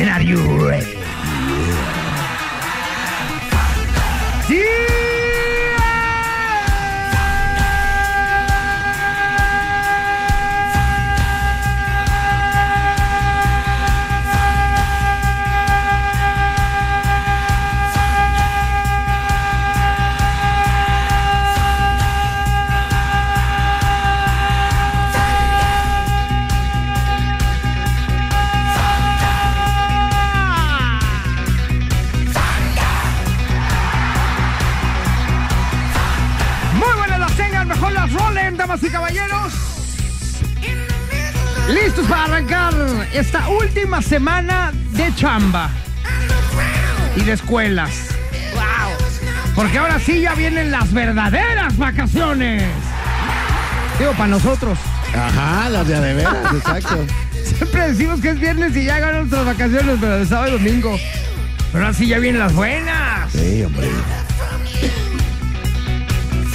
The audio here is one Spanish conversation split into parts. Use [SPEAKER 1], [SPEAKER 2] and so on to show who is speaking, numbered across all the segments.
[SPEAKER 1] And are you ready?
[SPEAKER 2] Muy buenas las tengan, mejor las rolen, damas y caballeros. Listos para arrancar esta última semana de chamba y de escuelas. Porque ahora sí ya vienen las verdaderas vacaciones. Digo, para nosotros.
[SPEAKER 3] Ajá, las de a de veras, exacto.
[SPEAKER 2] Siempre decimos que es viernes y ya ganan nuestras vacaciones, pero de sábado y domingo. Pero ahora sí ya vienen las buenas.
[SPEAKER 3] Sí, hombre.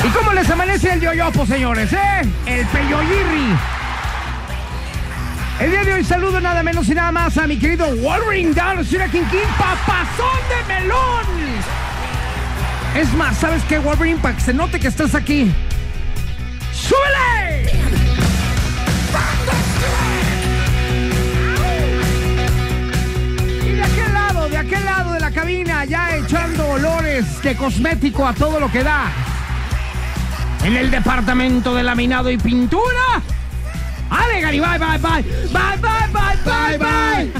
[SPEAKER 2] ¿Y cómo les amanece el yoyopo, señores, eh? El peyoyirri. El día de hoy saludo nada menos y nada más a mi querido Wolverine Down, King King, papazón de melón. Es más, ¿sabes qué, Wolverine? Para que se note que estás aquí. ¡Súbele! Y de aquel lado, de aquel lado de la cabina, ya echando olores de cosmético a todo lo que da. En el departamento de laminado y pintura. Ale Garibay, bye, bye, bye, bye, bye, bye, bye.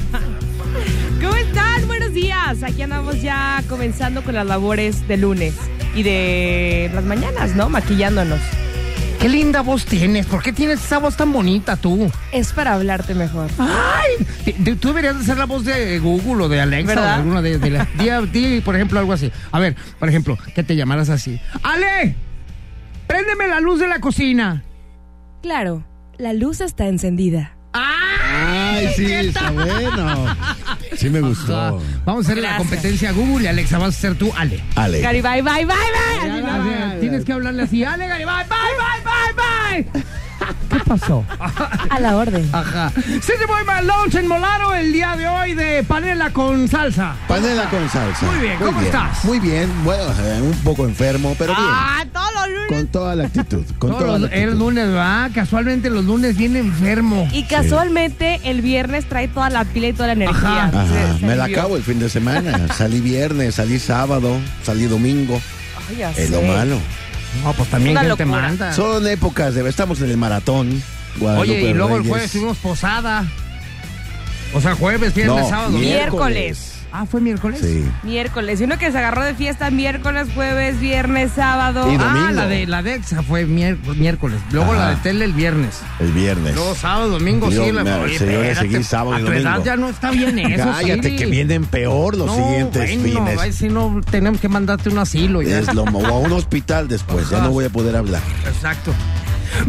[SPEAKER 4] ¿Cómo están? Buenos días. Aquí andamos ya comenzando con las labores de lunes y de las mañanas, ¿no? Maquillándonos.
[SPEAKER 2] Qué linda voz tienes. ¿Por qué tienes esa voz tan bonita tú?
[SPEAKER 4] Es para hablarte mejor.
[SPEAKER 2] ¡Ay! Te- te- Tú deberías de ser la voz de Google o de Alexa o de
[SPEAKER 4] ¿Verdad?
[SPEAKER 2] alguna de, de las. Di, di, por ejemplo, algo así. A ver, por ejemplo, que te llamaras así. ¡Ale! ¡Préndeme la luz de la cocina!
[SPEAKER 4] Claro, la luz está encendida.
[SPEAKER 3] Ay, sí, está bueno. Sí me
[SPEAKER 2] Ah,
[SPEAKER 3] gustó.
[SPEAKER 2] Vamos a hacer la
[SPEAKER 4] Gracias.
[SPEAKER 2] competencia Google y Alexa. Vas a ser tú, Ale.
[SPEAKER 3] Ale.
[SPEAKER 4] Garibay, bye, bye, bye. Así
[SPEAKER 2] Ah,
[SPEAKER 4] no.
[SPEAKER 2] sí, Tienes que hablarle así. Ale, Gary, bye, bye, bye, bye, bye. ¿Qué pasó?
[SPEAKER 4] A la orden.
[SPEAKER 2] Ajá. Sí, se voy my lunch en Molaro el día de hoy de panela con salsa.
[SPEAKER 3] Panela con salsa.
[SPEAKER 2] Muy bien, ¿cómo estás?
[SPEAKER 3] Muy bien, bueno, eh, un poco enfermo, pero bien.
[SPEAKER 4] Ah, todos los lunes.
[SPEAKER 3] Con toda la actitud. Con
[SPEAKER 2] Todos
[SPEAKER 3] toda la
[SPEAKER 2] los- el
[SPEAKER 3] actitud.
[SPEAKER 2] lunes, ¿verdad? Casualmente los lunes viene enfermo.
[SPEAKER 4] Y casualmente el viernes trae toda la pila y toda la
[SPEAKER 2] Ajá.
[SPEAKER 4] energía.
[SPEAKER 3] Ajá,
[SPEAKER 4] Se- se
[SPEAKER 3] me la
[SPEAKER 4] envió.
[SPEAKER 3] acabo el fin de semana. Salí viernes, salí sábado, salí domingo.
[SPEAKER 4] Ay, ya
[SPEAKER 3] Es lo
[SPEAKER 4] sé.
[SPEAKER 3] malo.
[SPEAKER 2] No, pues también
[SPEAKER 4] Una
[SPEAKER 2] ¿quién te
[SPEAKER 4] locura.
[SPEAKER 2] manda.
[SPEAKER 3] Son épocas, de, estamos en el maratón. Guadalupe
[SPEAKER 2] Oye, y luego el
[SPEAKER 3] Reyes.
[SPEAKER 2] jueves tuvimos posada. O sea, jueves,
[SPEAKER 3] No,
[SPEAKER 2] viernes, sábado.
[SPEAKER 4] Miércoles.
[SPEAKER 2] Ah, ¿fue miércoles?
[SPEAKER 3] Sí.
[SPEAKER 4] Miércoles. Y uno que se agarró de fiesta miércoles, jueves, viernes, sábado.
[SPEAKER 3] Y
[SPEAKER 2] Ah,
[SPEAKER 3] domingo.
[SPEAKER 2] la de la de Exa fue miér- miércoles. Luego
[SPEAKER 3] Ajá.
[SPEAKER 2] la de tele el viernes.
[SPEAKER 3] El viernes.
[SPEAKER 2] Luego sábado, domingo,
[SPEAKER 3] Yo,
[SPEAKER 2] sí. La,
[SPEAKER 3] me-
[SPEAKER 2] Oye,
[SPEAKER 3] sí, yo le
[SPEAKER 2] espérate,
[SPEAKER 3] seguí sábado y
[SPEAKER 2] a tu edad
[SPEAKER 3] domingo.
[SPEAKER 2] ya no está bien eso.
[SPEAKER 3] Cállate,
[SPEAKER 2] Siri.
[SPEAKER 3] que vienen peor los
[SPEAKER 2] no,
[SPEAKER 3] siguientes
[SPEAKER 2] bueno,
[SPEAKER 3] fines.
[SPEAKER 2] ay, si no, tenemos que mandarte un asilo. Ya.
[SPEAKER 3] Es lo mo- o a un hospital después, ya no voy a poder hablar.
[SPEAKER 2] Exacto.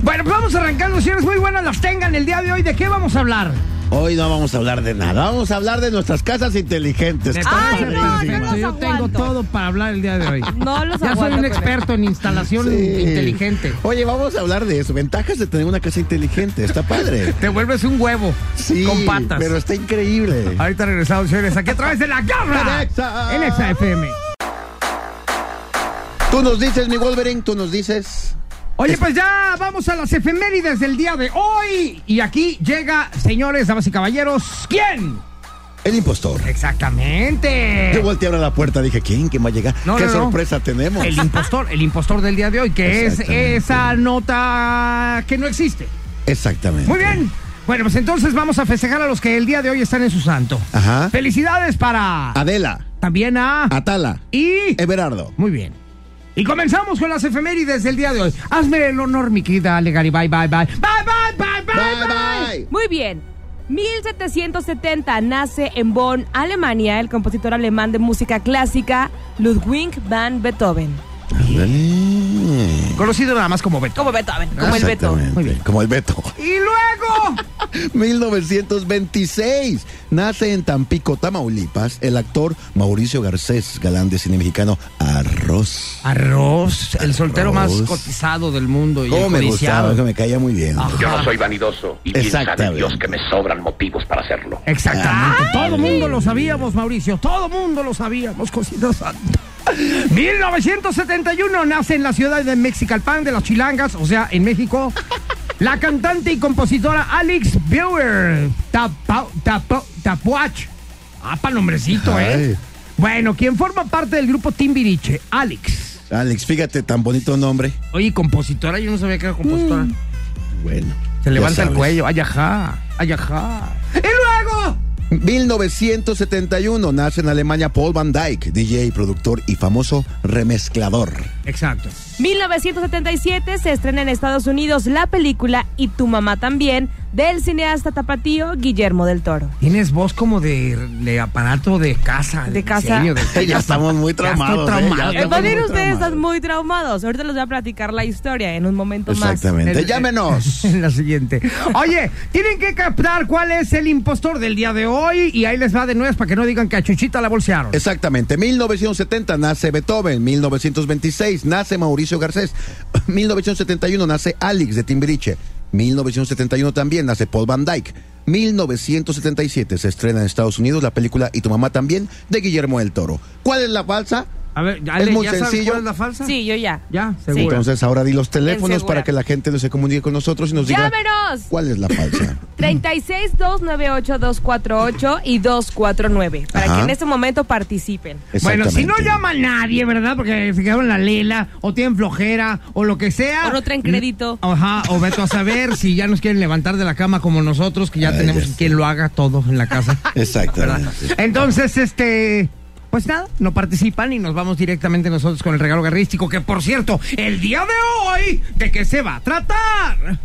[SPEAKER 2] Bueno, pues vamos arrancando, señores. Muy buenas las tengan el día de hoy. ¿De qué vamos a hablar?
[SPEAKER 3] Hoy no vamos a hablar de nada, vamos a hablar de nuestras casas inteligentes.
[SPEAKER 2] Me
[SPEAKER 3] Está
[SPEAKER 4] Ay,
[SPEAKER 2] parece
[SPEAKER 4] no,
[SPEAKER 3] padrísimo.
[SPEAKER 2] perfecto.
[SPEAKER 4] no los
[SPEAKER 2] Yo tengo
[SPEAKER 4] aguanto.
[SPEAKER 2] todo para hablar el día de hoy.
[SPEAKER 4] Ah, No los
[SPEAKER 2] Ya soy
[SPEAKER 4] aguanto
[SPEAKER 2] un
[SPEAKER 4] con
[SPEAKER 2] experto en instalación
[SPEAKER 3] Sí.
[SPEAKER 2] inteligente.
[SPEAKER 3] Oye, vamos a hablar de eso. Ventajas de tener una casa inteligente. Está padre.
[SPEAKER 2] Te vuelves un huevo
[SPEAKER 3] Sí,
[SPEAKER 2] con patas.
[SPEAKER 3] pero está increíble.
[SPEAKER 2] Ahorita regresamos, señores, aquí a través de la garra.
[SPEAKER 3] En Exa.
[SPEAKER 2] En Exa FM.
[SPEAKER 3] Tú nos dices, mi Wolverine, tú nos dices.
[SPEAKER 2] Oye, pues ya vamos a las efemérides del día de hoy. Y aquí llega, señores, damas y caballeros, ¿quién?
[SPEAKER 3] El impostor.
[SPEAKER 2] Eh. Exactamente.
[SPEAKER 3] Yo volteé ahora la puerta, dije, ¿quién? ¿Quién va a llegar?
[SPEAKER 2] No,
[SPEAKER 3] ¿Qué
[SPEAKER 2] no, no.
[SPEAKER 3] sorpresa tenemos?
[SPEAKER 2] El impostor, el impostor del día de hoy, que es
[SPEAKER 3] Exactamente.
[SPEAKER 2] esa nota que no existe.
[SPEAKER 3] Exactamente.
[SPEAKER 2] Muy bien. Bueno, pues entonces vamos a festejar a los que el día de hoy están en su santo.
[SPEAKER 3] Ajá.
[SPEAKER 2] Felicidades para
[SPEAKER 3] Adela,
[SPEAKER 2] también a
[SPEAKER 3] Atala,
[SPEAKER 2] y
[SPEAKER 3] Eh. Everardo.
[SPEAKER 2] muy bien. Y comenzamos con las efemérides del día de hoy. Hazme el honor, mi querida Legari. Bye, bye, bye. Bye, bye, bye, bye, bye.
[SPEAKER 3] Bye, bye.
[SPEAKER 4] Muy bien. 1770 nace en Bonn, Alemania, el compositor alemán de música clásica Ludwig van Beethoven.
[SPEAKER 3] Ándale.
[SPEAKER 2] Conocido nada más como Beto.
[SPEAKER 4] Como Beethoven, como el Beethoven.
[SPEAKER 3] Exactamente,
[SPEAKER 2] Muy bien.
[SPEAKER 3] Como el Beto.
[SPEAKER 2] Y luego,
[SPEAKER 3] 1926. Nace en Tampico, Tamaulipas, el actor Mauricio Garcés, galán de cine mexicano Arroz.
[SPEAKER 2] Arroz, el soltero más
[SPEAKER 3] Arroz.
[SPEAKER 2] cotizado del mundo y
[SPEAKER 3] ¿Cómo
[SPEAKER 2] el
[SPEAKER 3] me
[SPEAKER 2] codiciado. Ah.
[SPEAKER 3] gustaba? Eso me caía muy bien.
[SPEAKER 2] Ajá.
[SPEAKER 1] Yo no soy vanidoso y bien sabe
[SPEAKER 3] Exactamente.
[SPEAKER 1] Dios que me sobran motivos para hacerlo.
[SPEAKER 2] Exactamente. Todo mundo lo sabíamos, Mauricio. Todo mundo lo sabíamos, cosita santa. 1971 nace en la ciudad de Mexicalpan de las Chilangas, o sea, en México, la cantante y compositora Alex Bauer Tapo- Tapo- Tapuach. Ah, pa' nombrecito, ¿eh?
[SPEAKER 3] Ay.
[SPEAKER 2] Bueno, quien forma parte del grupo Timbiriche, Alex.
[SPEAKER 3] Alex, fíjate, tan bonito nombre.
[SPEAKER 2] Oye, compositora, yo no sabía que era compositora.
[SPEAKER 3] Bueno.
[SPEAKER 2] Se
[SPEAKER 3] ya
[SPEAKER 2] levanta el
[SPEAKER 3] sabes.
[SPEAKER 2] cuello, ay, ajá, ay, ajá. Y luego,
[SPEAKER 3] 1971 nace en Alemania Paul Van Dyke, DJ, productor y famoso remezclador.
[SPEAKER 2] exacto.
[SPEAKER 4] 1977 se estrena en Estados Unidos la película Y tu mamá también del cineasta tapatío Guillermo del Toro.
[SPEAKER 2] Tienes voz como de, de aparato de casa.
[SPEAKER 4] De casa.
[SPEAKER 2] diseño, de-
[SPEAKER 3] Ya estamos muy
[SPEAKER 2] estoy
[SPEAKER 3] traumados, ¿eh? Ya
[SPEAKER 2] traumado.
[SPEAKER 3] estamos
[SPEAKER 4] Más bien
[SPEAKER 3] muy
[SPEAKER 4] ustedes
[SPEAKER 3] traumados.
[SPEAKER 4] están muy traumados. Ahorita les voy a platicar la historia en un momento más.
[SPEAKER 3] Exactamente.
[SPEAKER 2] El-
[SPEAKER 3] Llámenos.
[SPEAKER 2] En la siguiente. Oye, tienen que captar cuál es el impostor del día de hoy y ahí les va de nuevo para que no digan que a Chuchita la bolsearon.
[SPEAKER 3] Exactamente. 1970 nace Beethoven. 1926 nace Mauricio Garcés. 1971 nace Alex de Timbiriche. 1971 también nace Paul Van Dyke. 1977 se estrena en Estados Unidos la película Y tu mamá también de Guillermo el Toro. ¿Cuál es la falsa?
[SPEAKER 2] A ver, Ale,
[SPEAKER 3] muy
[SPEAKER 2] ¿ya sabes
[SPEAKER 3] sencillo.
[SPEAKER 2] cuál es la falsa?
[SPEAKER 4] Sí, yo ya.
[SPEAKER 2] Ya,
[SPEAKER 4] Sí.
[SPEAKER 2] seguro.
[SPEAKER 3] Entonces ahora di los teléfonos
[SPEAKER 4] Insegura.
[SPEAKER 3] para que la gente se comunique con nosotros y nos diga
[SPEAKER 4] ¡Llámenos!
[SPEAKER 3] cuál es la falsa.
[SPEAKER 4] 36 298 248 y 249 para
[SPEAKER 3] Ajá.
[SPEAKER 4] que en este momento participen.
[SPEAKER 2] Bueno, si no
[SPEAKER 3] Exactamente.
[SPEAKER 2] llama a nadie, ¿verdad? Porque se quedaron en la lela, o tienen flojera, o lo que sea.
[SPEAKER 4] O no traen crédito.
[SPEAKER 2] Ajá, o veto a saber si ya nos quieren levantar de la cama como nosotros, que ya
[SPEAKER 3] Ay,
[SPEAKER 2] tenemos
[SPEAKER 3] ya sé.
[SPEAKER 2] quien lo haga todo en la casa.
[SPEAKER 3] Exactamente.
[SPEAKER 2] Entonces, este. Pues nada, no participan y nos vamos directamente nosotros con el regalo garrístico, que por cierto, el día de hoy, ¿de qué se va a tratar?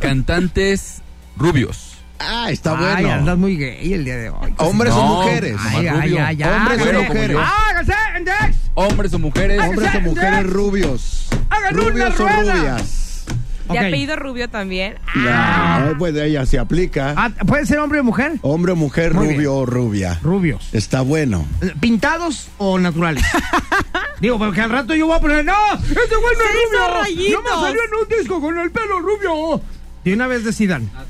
[SPEAKER 5] Cantantes rubios.
[SPEAKER 3] Ah, está
[SPEAKER 2] Ay,
[SPEAKER 3] bueno.
[SPEAKER 2] andas muy gay el día de hoy.
[SPEAKER 3] Hombres
[SPEAKER 5] No,
[SPEAKER 3] o mujeres.
[SPEAKER 2] Ay,
[SPEAKER 5] Omar
[SPEAKER 2] ay,
[SPEAKER 5] Rubio.
[SPEAKER 2] ay, ay.
[SPEAKER 3] Hombres o
[SPEAKER 2] hágase,
[SPEAKER 3] mujeres.
[SPEAKER 2] Hágase, Index.
[SPEAKER 5] Hombres o mujeres.
[SPEAKER 2] Ay,
[SPEAKER 3] Hombres o mujeres rubios.
[SPEAKER 2] Hagan una
[SPEAKER 3] Rubios o
[SPEAKER 2] rueda.
[SPEAKER 3] rubias.
[SPEAKER 4] De
[SPEAKER 2] Ok.
[SPEAKER 4] apellido Rubio también.
[SPEAKER 3] Ay, pues ella se aplica.
[SPEAKER 2] Ah, ¿Puede ser hombre o mujer?
[SPEAKER 3] Hombre o mujer,
[SPEAKER 2] Muy
[SPEAKER 3] rubio
[SPEAKER 2] bien.
[SPEAKER 3] o rubia.
[SPEAKER 2] Rubios.
[SPEAKER 3] Está bueno.
[SPEAKER 2] ¿Pintados o naturales? Digo, porque al rato yo voy a poner, ¡no! ¡Este güey no
[SPEAKER 4] Se hizo
[SPEAKER 2] es rubio! ¡No
[SPEAKER 4] rayitos.
[SPEAKER 2] me salió en un disco con el pelo rubio! De una vez decidan.
[SPEAKER 3] bueno,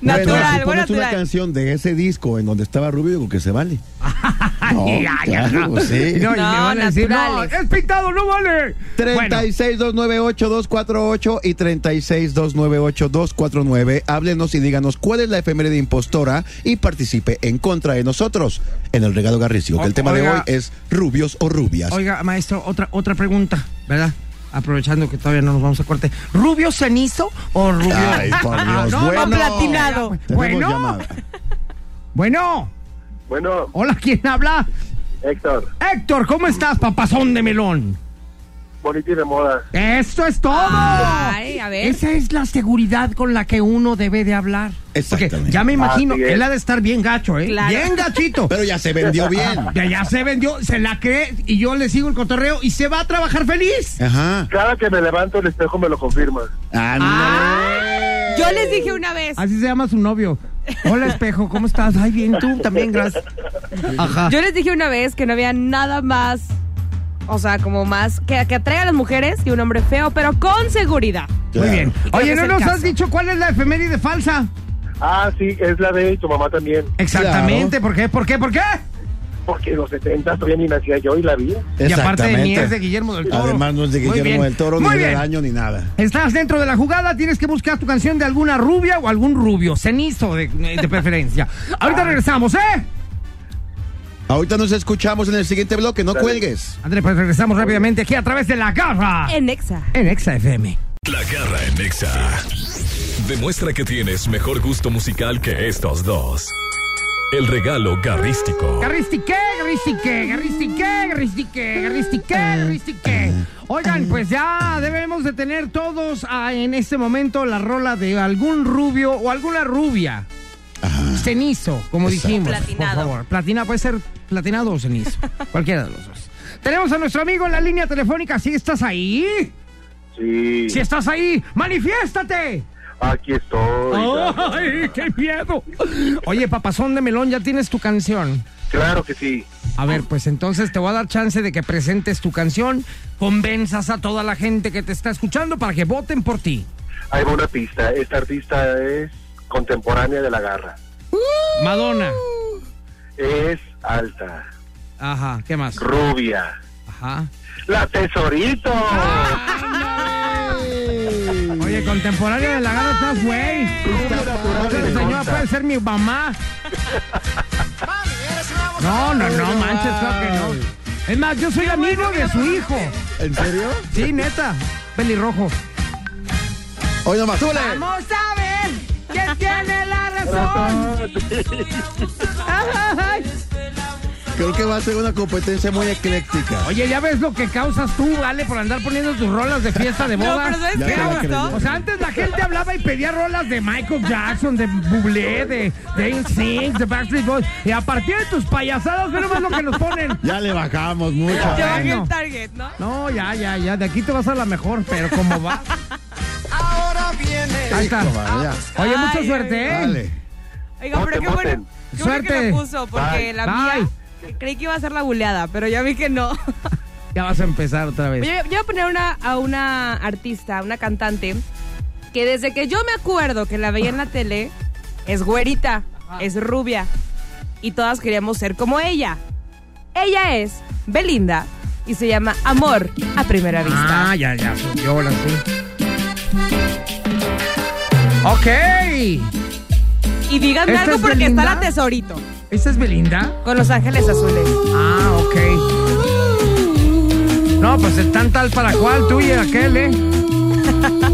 [SPEAKER 3] si
[SPEAKER 4] Natural, bueno,
[SPEAKER 3] pones una
[SPEAKER 4] natural.
[SPEAKER 3] canción de ese disco en donde estaba rubio, digo que se vale. No, claro, pues sí.
[SPEAKER 2] No, y me van a decir, no,
[SPEAKER 4] naturales.
[SPEAKER 2] es pintado, no vale. Bueno,
[SPEAKER 3] 36-298-248 y 36-298-249. Háblenos y díganos cuál es la efeméride impostora y participe en contra de nosotros en el regalo garrístico. que
[SPEAKER 2] O-
[SPEAKER 3] el tema de
[SPEAKER 2] oiga.
[SPEAKER 3] hoy es rubios o rubias.
[SPEAKER 2] oiga, maestro, otra, otra pregunta, ¿verdad? Aprovechando que todavía no nos vamos a corte. ¿Rubio cenizo o rubio? Ah,
[SPEAKER 3] Ay, por Dios,
[SPEAKER 2] no,
[SPEAKER 3] bueno.
[SPEAKER 2] no,
[SPEAKER 4] platinado.
[SPEAKER 3] Tenemos
[SPEAKER 2] Bueno,
[SPEAKER 3] llamada.
[SPEAKER 2] bueno.
[SPEAKER 6] Bueno,
[SPEAKER 2] Hola, ¿quién habla?
[SPEAKER 6] Héctor,
[SPEAKER 2] Héctor, ¿cómo estás, papazón de melón?
[SPEAKER 6] bonito y de moda.
[SPEAKER 2] ¡Esto es todo!
[SPEAKER 4] Ay, Ah, a ver.
[SPEAKER 2] Esa es la seguridad con la que uno debe de hablar. Porque
[SPEAKER 3] Exactamente.
[SPEAKER 2] ya me imagino,
[SPEAKER 6] Así es.
[SPEAKER 2] él ha de estar bien gacho, ¿eh?
[SPEAKER 4] Claro.
[SPEAKER 2] Bien gachito.
[SPEAKER 3] Pero ya se vendió bien.
[SPEAKER 2] Ya, ya se vendió, se la cree y yo le sigo el cotorreo y se va a trabajar feliz.
[SPEAKER 3] Ajá. Ah,
[SPEAKER 6] Cada que me levanto el espejo me lo confirma.
[SPEAKER 2] Ah,
[SPEAKER 3] Ándale.
[SPEAKER 4] Yo les dije una vez,
[SPEAKER 2] Así se llama su novio. Hola, espejo, ¿cómo estás? Ay, bien, tú también, gracias. Ajá.
[SPEAKER 4] yo les dije una vez que no había nada más, o sea, como más que, que atraiga a las mujeres que un hombre feo, pero con seguridad.
[SPEAKER 2] Muy
[SPEAKER 3] Claro.
[SPEAKER 2] bien.
[SPEAKER 4] creo que
[SPEAKER 2] Oye,
[SPEAKER 4] es
[SPEAKER 2] ¿no
[SPEAKER 4] el
[SPEAKER 2] nos has
[SPEAKER 4] caso.
[SPEAKER 2] dicho cuál es la efeméride falsa?
[SPEAKER 6] Ah, sí, es la de tu mamá también.
[SPEAKER 2] Exactamente, ¿por qué? ¿Por qué? ¿Por qué?
[SPEAKER 6] Porque en los 70 todavía ni nacía yo y la vi.
[SPEAKER 2] Y aparte de mí
[SPEAKER 3] Exactamente.
[SPEAKER 2] es de Guillermo del Toro.
[SPEAKER 3] Además no es de
[SPEAKER 2] Muy bien.
[SPEAKER 3] Guillermo del Toro, ni
[SPEAKER 2] Muy
[SPEAKER 3] de
[SPEAKER 2] bien.
[SPEAKER 3] daño, ni nada.
[SPEAKER 2] Estás dentro de la jugada, tienes que buscar tu canción de alguna rubia o algún rubio, cenizo de, de preferencia. Ahorita regresamos, ¿eh?
[SPEAKER 3] Ahorita nos escuchamos en el siguiente bloque, no
[SPEAKER 6] Dale.
[SPEAKER 3] cuelgues.
[SPEAKER 2] André, pues regresamos rápidamente aquí a través de la garra
[SPEAKER 4] En Exa.
[SPEAKER 2] en Exa FM.
[SPEAKER 7] La garra en Nexa. Demuestra que tienes mejor gusto musical que estos dos. El regalo garrístico.
[SPEAKER 2] Garristique, garristique, garristique, garristique, garristique, garristique. Oigan, pues ya debemos de tener todos ah, en este momento la rola de algún rubio o alguna rubia. Cenizo, como
[SPEAKER 3] Exacto.
[SPEAKER 2] dijimos.
[SPEAKER 4] Platinado.
[SPEAKER 2] Por favor, platinado, puede ser platinado o cenizo. cualquiera de los dos. Tenemos a nuestro amigo en la línea telefónica. ¿Sí estás ahí?
[SPEAKER 6] Sí,
[SPEAKER 2] Si estás ahí, manifiéstate.
[SPEAKER 6] aquí estoy.
[SPEAKER 2] ¡Ay, qué miedo! Oye, papazón de melón, ya tienes tu canción.
[SPEAKER 6] Claro que sí.
[SPEAKER 2] A ver, pues entonces te voy a dar chance de que presentes tu canción, convenzas a toda la gente que te está escuchando para que voten por ti.
[SPEAKER 6] Hay una pista. Esta artista es contemporánea de la garra.
[SPEAKER 2] Madonna.
[SPEAKER 6] Es alta,
[SPEAKER 2] Ajá, ¿qué más?
[SPEAKER 6] rubia.
[SPEAKER 2] Ajá.
[SPEAKER 6] ¡La tesorito!
[SPEAKER 2] Oye, contemporánea de la gana estás, güey. Esta señora puede ser mi mamá. No, no, no, manches, claro que no. Es más, yo soy amigo de su hijo.
[SPEAKER 3] ¿En serio?
[SPEAKER 2] Sí, neta. Pelirrojo.
[SPEAKER 3] Hoy nomás. ¡Súbele!
[SPEAKER 2] Vamos a ver quién tiene la razón. Ay.
[SPEAKER 3] Creo que va a ser una competencia muy ecléctica.
[SPEAKER 2] Oye, ya ves lo que causas tú, vale, por andar poniendo tus rolas de fiesta de
[SPEAKER 4] No,
[SPEAKER 2] boda.
[SPEAKER 4] pero ¿sabes
[SPEAKER 3] Ya
[SPEAKER 4] qué
[SPEAKER 3] te la
[SPEAKER 4] me
[SPEAKER 3] creí.
[SPEAKER 4] gustó?
[SPEAKER 2] O sea, antes la gente hablaba y pedía rolas de Michael Jackson, de Bublé, de, de NSYNC, de Backstreet Boys. Y a partir de tus payasadas, ve nomás lo que nos ponen.
[SPEAKER 3] Ya le bajamos mucho.
[SPEAKER 4] Yo bajé
[SPEAKER 2] bueno.
[SPEAKER 4] el target, ¿no?
[SPEAKER 2] No, ya, ya, ya, de aquí te vas a la mejor, pero como va. Ahí está.
[SPEAKER 3] Hijo, vale, ya.
[SPEAKER 2] Oye, mucha
[SPEAKER 4] Ay,
[SPEAKER 2] suerte, ¿eh?
[SPEAKER 3] Dale.
[SPEAKER 4] Oiga, pero
[SPEAKER 6] Voten,
[SPEAKER 4] qué bueno.
[SPEAKER 6] voten.
[SPEAKER 4] Qué bueno que
[SPEAKER 2] Suerte.
[SPEAKER 4] lo puso, porque
[SPEAKER 6] Bye.
[SPEAKER 4] la mía. Creí que iba a ser la buleada, pero ya vi que no.
[SPEAKER 2] Ya vas a empezar otra
[SPEAKER 4] Yo,
[SPEAKER 2] vez.
[SPEAKER 4] yo voy a poner una, a una artista, una cantante, que desde que yo me acuerdo que la veía en la tele, es güerita, es rubia, y todas queríamos ser como ella. Ella es Belinda y se llama Amor a Primera Vista.
[SPEAKER 2] Ah, ya, ya, yo ahora sí. Ok.
[SPEAKER 4] y díganme
[SPEAKER 2] ¿esta
[SPEAKER 4] algo
[SPEAKER 2] es
[SPEAKER 4] porque
[SPEAKER 2] Belinda?
[SPEAKER 4] está la tesorito,
[SPEAKER 2] ¿Esta es Belinda?
[SPEAKER 4] con Los Ángeles Azules.
[SPEAKER 2] Ah, ok. No, pues están tal para cual tú y aquel, ¿eh?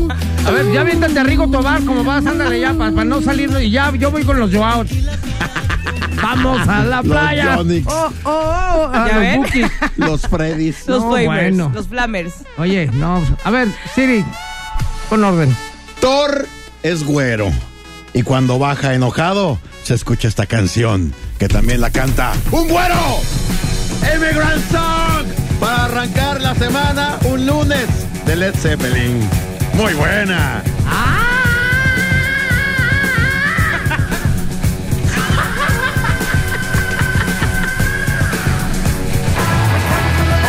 [SPEAKER 2] A ver, ya viéntate a Rigo Tobar como vas, ándale ya, para no salir. Y ya, yo voy con los Joaos. Vamos a la
[SPEAKER 3] Los
[SPEAKER 2] playa.
[SPEAKER 3] Yonix.
[SPEAKER 2] Oh, oh, oh, a
[SPEAKER 4] ¿Ya
[SPEAKER 2] los
[SPEAKER 4] ven?
[SPEAKER 2] Bukis.
[SPEAKER 3] Los Freddys.
[SPEAKER 4] Los
[SPEAKER 2] No,
[SPEAKER 4] Flamers,
[SPEAKER 2] bueno.
[SPEAKER 4] los Flamers.
[SPEAKER 2] Oye, no. A ver, Siri, con orden.
[SPEAKER 3] Thor es güero. Y cuando baja enojado, se escucha esta canción, que también la canta un güero. Immigrant Song. Para arrancar la semana, un lunes de Led Zeppelin. Muy buena.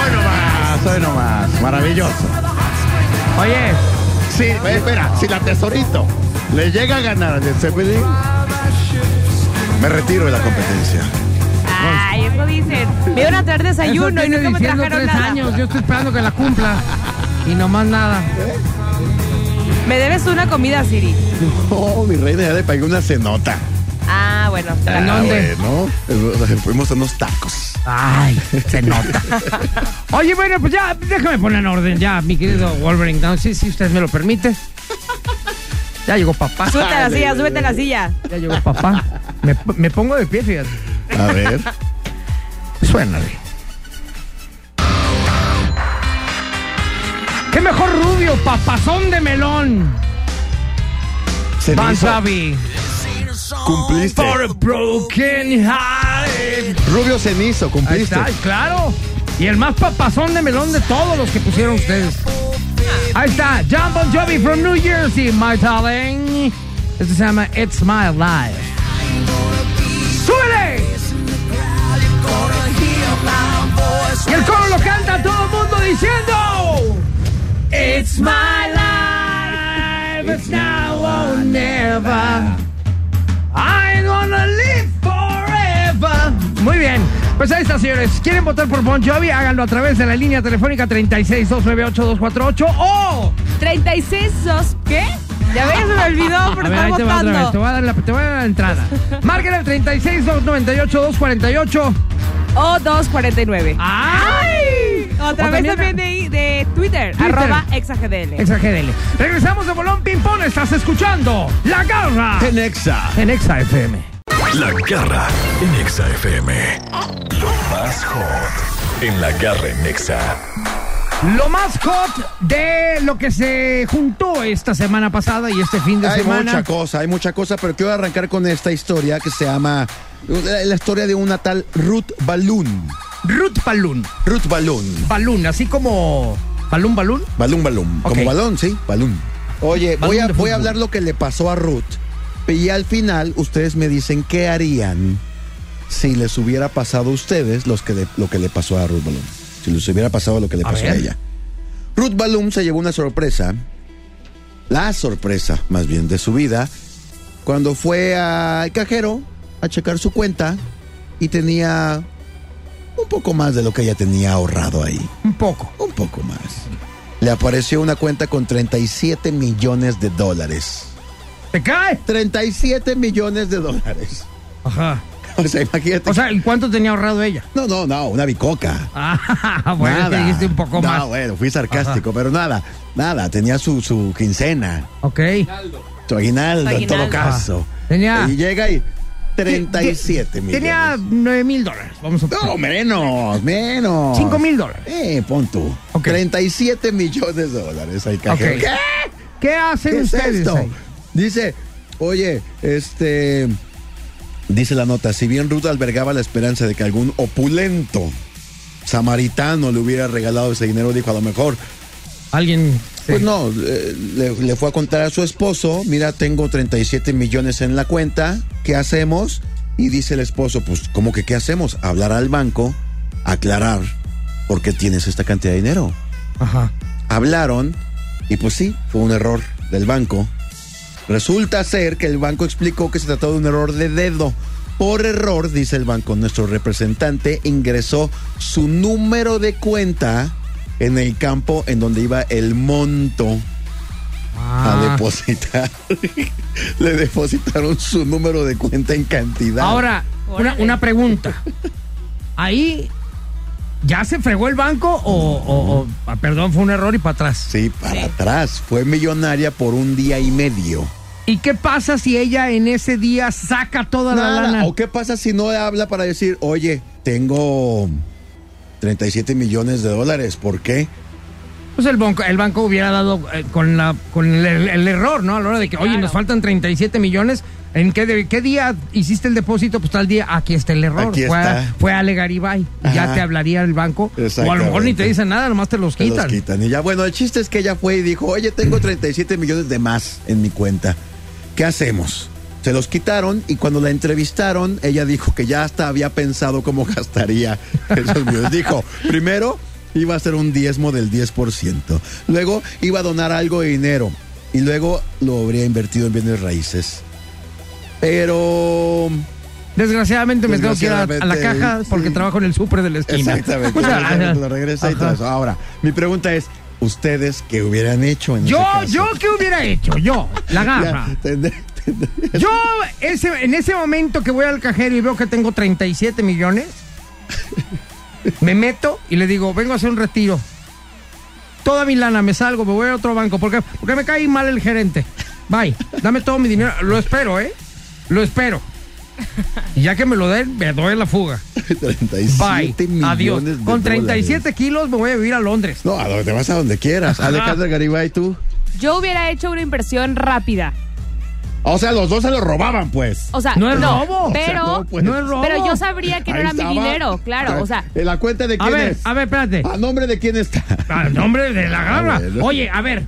[SPEAKER 3] Hoy nomás, hoy nomás. Maravilloso.
[SPEAKER 2] Oye,
[SPEAKER 3] Sí, eh, espera, si la tesorito le llega a ganar a Led Zeppelin, me retiro de la competencia.
[SPEAKER 4] Ay, eso dicen. Me iban a traer desayuno
[SPEAKER 2] eso
[SPEAKER 4] y
[SPEAKER 2] tiene
[SPEAKER 4] nunca me
[SPEAKER 2] diciendo
[SPEAKER 4] trajeron
[SPEAKER 2] tres
[SPEAKER 4] nada.
[SPEAKER 2] años. Yo estoy esperando que la cumpla. Y nomás nada.
[SPEAKER 4] Me debes una comida, Siri.
[SPEAKER 3] Oh, mi reina, ya le pagué una cenota.
[SPEAKER 4] Ah, bueno.
[SPEAKER 2] ¿En
[SPEAKER 3] Ah,
[SPEAKER 2] dónde?
[SPEAKER 3] Bueno, eh, fuimos a unos tacos.
[SPEAKER 2] Ay, se nota. Oye, bueno, pues ya, déjame poner en orden ya, mi querido Wolverine. No, sí, sí, usted me lo permite. Ya llegó papá.
[SPEAKER 4] Súbete a la silla, súbete a la silla.
[SPEAKER 2] Ya llegó papá. Me, me pongo de pie, fíjate.
[SPEAKER 3] A ver. Suénale.
[SPEAKER 2] ¡Qué mejor rubio, papazón de melón!
[SPEAKER 3] Cenizo,
[SPEAKER 2] Van Sabi.
[SPEAKER 3] Cumpliste.
[SPEAKER 2] For a broken heart.
[SPEAKER 3] Rubio cenizo,
[SPEAKER 2] Ahí
[SPEAKER 3] cumpliste.
[SPEAKER 2] está, claro. Y el más papazón de melón de todos los que pusieron ustedes. Ahí está, John Bon Jovi from New Jersey, my darling. Esto se llama It's My Life. ¡Súbele! Y el coro lo canta todo el mundo diciendo It's my life, it's now or never I'm gonna live forever. Muy bien. Pues ahí está, señores. ¿Quieren votar por Bon Jovi? Háganlo a través de la línea telefónica 36298248 o...
[SPEAKER 4] 36 dos, ¿qué? Ya ves, me olvidó, pero
[SPEAKER 2] A ver,
[SPEAKER 4] está
[SPEAKER 2] ahí te va otra vez. Te
[SPEAKER 4] votando.
[SPEAKER 2] voy a dar la, te voy a dar la entrada. Marquen el 36298248
[SPEAKER 4] o 249.
[SPEAKER 2] ¡Ay!
[SPEAKER 4] A
[SPEAKER 2] O
[SPEAKER 4] través también de, de Twitter,
[SPEAKER 2] Twitter.
[SPEAKER 4] arroba exagdl.
[SPEAKER 2] XGDL. Regresamos de Bolón Pimpón. Estás escuchando La Garra
[SPEAKER 3] En Exa.
[SPEAKER 2] en Exa FM.
[SPEAKER 7] La garra en Nexa FM. Lo más hot en la garra en Nexa.
[SPEAKER 2] Lo más hot de lo que se juntó esta semana pasada y este fin de
[SPEAKER 3] Hay
[SPEAKER 2] semana.
[SPEAKER 3] mucha cosa, hay mucha cosa, pero quiero arrancar con esta historia que se llama la la historia de una tal Ruth Balloon.
[SPEAKER 2] Ruth Balloon.
[SPEAKER 3] Ruth Balloon.
[SPEAKER 2] Balloon, así como. Balloon, balloon.
[SPEAKER 3] Balón, balón.
[SPEAKER 2] Ok.
[SPEAKER 3] Como balón, sí, balón. Oye,
[SPEAKER 2] Balón
[SPEAKER 3] voy, a,
[SPEAKER 2] de
[SPEAKER 3] voy a
[SPEAKER 2] fútbol.
[SPEAKER 3] hablar lo que le pasó a Ruth. Y al final, ustedes me dicen qué harían si les hubiera pasado a ustedes los que le- lo que le pasó a Ruth Balloon. Si les hubiera pasado lo que le
[SPEAKER 2] A
[SPEAKER 3] pasó a
[SPEAKER 2] ver.
[SPEAKER 3] ella. Ruth Balloon se llevó una sorpresa. La sorpresa, más bien, de su vida. Cuando fue al cajero a checar su cuenta y tenía un poco más de lo que ella tenía ahorrado ahí
[SPEAKER 2] Un poco.
[SPEAKER 3] un poco más. Le apareció una cuenta con 37 millones de dólares.
[SPEAKER 2] ¿Te cae?
[SPEAKER 3] 37 millones de dólares.
[SPEAKER 2] Ajá.
[SPEAKER 3] O sea, imagínate.
[SPEAKER 2] O sea, ¿y cuánto tenía ahorrado ella?
[SPEAKER 3] no, no, no, una bicoca.
[SPEAKER 2] Ah, bueno, te
[SPEAKER 3] Nada.
[SPEAKER 2] dijiste un poco
[SPEAKER 3] No,
[SPEAKER 2] más.
[SPEAKER 3] bueno, fui sarcástico, pero nada, nada, tenía su, su quincena,
[SPEAKER 2] Ok.
[SPEAKER 3] su aguinaldo,
[SPEAKER 4] Su
[SPEAKER 3] en todo
[SPEAKER 4] aguinaldo.
[SPEAKER 3] caso.
[SPEAKER 2] Tenía-
[SPEAKER 3] Y llega y 37 millones.
[SPEAKER 2] Tenía 9 mil dólares. Vamos a
[SPEAKER 3] No, menos, menos.
[SPEAKER 2] 5 mil dólares.
[SPEAKER 3] Eh, pon tú.
[SPEAKER 2] Ok.
[SPEAKER 3] 37 millones de dólares al cajero.
[SPEAKER 2] Ok.
[SPEAKER 3] ¿Qué?
[SPEAKER 2] ¿Qué hacen
[SPEAKER 3] ¿Qué es
[SPEAKER 2] ustedes?
[SPEAKER 3] esto?
[SPEAKER 2] ahí?
[SPEAKER 3] Dice, oye, este. Dice la nota: si bien Ruth albergaba la esperanza de que algún opulento samaritano le hubiera regalado ese dinero, dijo a lo mejor.
[SPEAKER 2] Alguien.
[SPEAKER 3] Pues no, eh, le, le fue a contar a su esposo: mira, tengo 37 millones en la cuenta, ¿qué hacemos? Y dice el esposo: pues, ¿cómo que qué hacemos? Hablar al banco, aclarar por qué tienes esta cantidad de dinero
[SPEAKER 2] Ajá.
[SPEAKER 3] hablaron y pues sí, fue un error del banco. Resulta ser que el banco explicó que se trató de un error de dedo. Por error, dice el banco, nuestro representante ingresó su número de cuenta en el campo en donde iba el monto a
[SPEAKER 2] Ah.
[SPEAKER 3] depositar. Le depositaron su número de cuenta en cantidad.
[SPEAKER 2] Ahora, una,
[SPEAKER 4] Órale.
[SPEAKER 2] una pregunta. Ahí. ¿Ya se fregó el banco o, o- o- ah, perdón, fue un error y para atrás?
[SPEAKER 3] Sí, para atrás. Fue millonaria por un día y medio.
[SPEAKER 2] ¿Y qué pasa si ella en ese día saca toda la
[SPEAKER 3] Nada.
[SPEAKER 2] lana?
[SPEAKER 3] ¿O qué pasa si no habla para decir, oye, tengo 37 millones de dólares, ¿por qué?
[SPEAKER 2] Pues el banco, el banco hubiera dado eh, con la con el, el- el error, ¿no? A la hora de que, oye,
[SPEAKER 4] claro.
[SPEAKER 2] nos faltan 37 millones. ¿En qué, de- qué día hiciste el depósito? Pues tal día, aquí está el error.
[SPEAKER 3] Aquí
[SPEAKER 2] fue, A,
[SPEAKER 3] está.
[SPEAKER 2] fue a Legaribay. Ya
[SPEAKER 3] Ajá.
[SPEAKER 2] te hablaría el banco. O a lo mejor ni te
[SPEAKER 3] Exactamente.
[SPEAKER 2] dicen nada, nomás te los
[SPEAKER 3] Te los
[SPEAKER 2] quitan.
[SPEAKER 3] quitan. Y ya, bueno, el chiste es que ella fue y dijo, oye, tengo 37 millones de más en mi cuenta. ¿Qué hacemos? Se los quitaron y cuando la entrevistaron, ella dijo que ya hasta había pensado cómo gastaría esos millones. Dijo, primero iba a hacer un diezmo del 10%, luego iba a donar algo de dinero y luego lo habría invertido en bienes raíces. Pero
[SPEAKER 2] Desgraciadamente me tengo que ir a, a la
[SPEAKER 3] Desgraciadamente,
[SPEAKER 2] caja porque
[SPEAKER 3] sí.
[SPEAKER 2] trabajo en el súper de la esquina.
[SPEAKER 3] Exactamente.
[SPEAKER 2] O sea,
[SPEAKER 3] Exactamente, lo regresa y
[SPEAKER 2] ajá.
[SPEAKER 3] todo eso. Ahora, mi pregunta es, ¿ustedes qué hubieran hecho en
[SPEAKER 2] Yo,
[SPEAKER 3] ese caso?
[SPEAKER 2] yo, ¿qué hubiera hecho? Yo, la garra.
[SPEAKER 3] Ya, tendré- tendré-
[SPEAKER 2] Yo, ese, en ese momento que voy al cajero y veo que tengo 37 millones, me meto y le digo, vengo a hacer un retiro. Toda mi lana, me salgo, me voy a otro banco, porque, porque me cae mal el gerente. Bye, dame todo mi dinero. Lo espero, ¿eh? Lo espero. Y ya que me lo den, me doy la fuga.
[SPEAKER 3] 37
[SPEAKER 2] Bye,
[SPEAKER 3] millones
[SPEAKER 2] adiós.
[SPEAKER 3] de
[SPEAKER 2] Con
[SPEAKER 3] dólares.
[SPEAKER 2] 37 kilos me voy a vivir a Londres.
[SPEAKER 3] No, a donde te vas a donde quieras. Alejandra Garibay, tú.
[SPEAKER 4] Yo hubiera hecho una inversión rápida.
[SPEAKER 3] O sea, los dos se lo robaban, pues.
[SPEAKER 4] O sea,
[SPEAKER 2] No es robo.
[SPEAKER 4] Pero,
[SPEAKER 3] O sea, no, pues.
[SPEAKER 2] No es robo.
[SPEAKER 4] pero yo sabría que no
[SPEAKER 3] Ahí
[SPEAKER 4] era
[SPEAKER 3] estaba.
[SPEAKER 4] mi dinero, claro. O sea,
[SPEAKER 3] ¿En la cuenta de
[SPEAKER 2] A
[SPEAKER 3] quién
[SPEAKER 2] ver,
[SPEAKER 3] es?
[SPEAKER 2] a ver, espérate.
[SPEAKER 3] ¿A nombre de quién está?
[SPEAKER 2] Al nombre Ah, de la garra.
[SPEAKER 3] Ah, bueno.
[SPEAKER 2] Oye, a ver.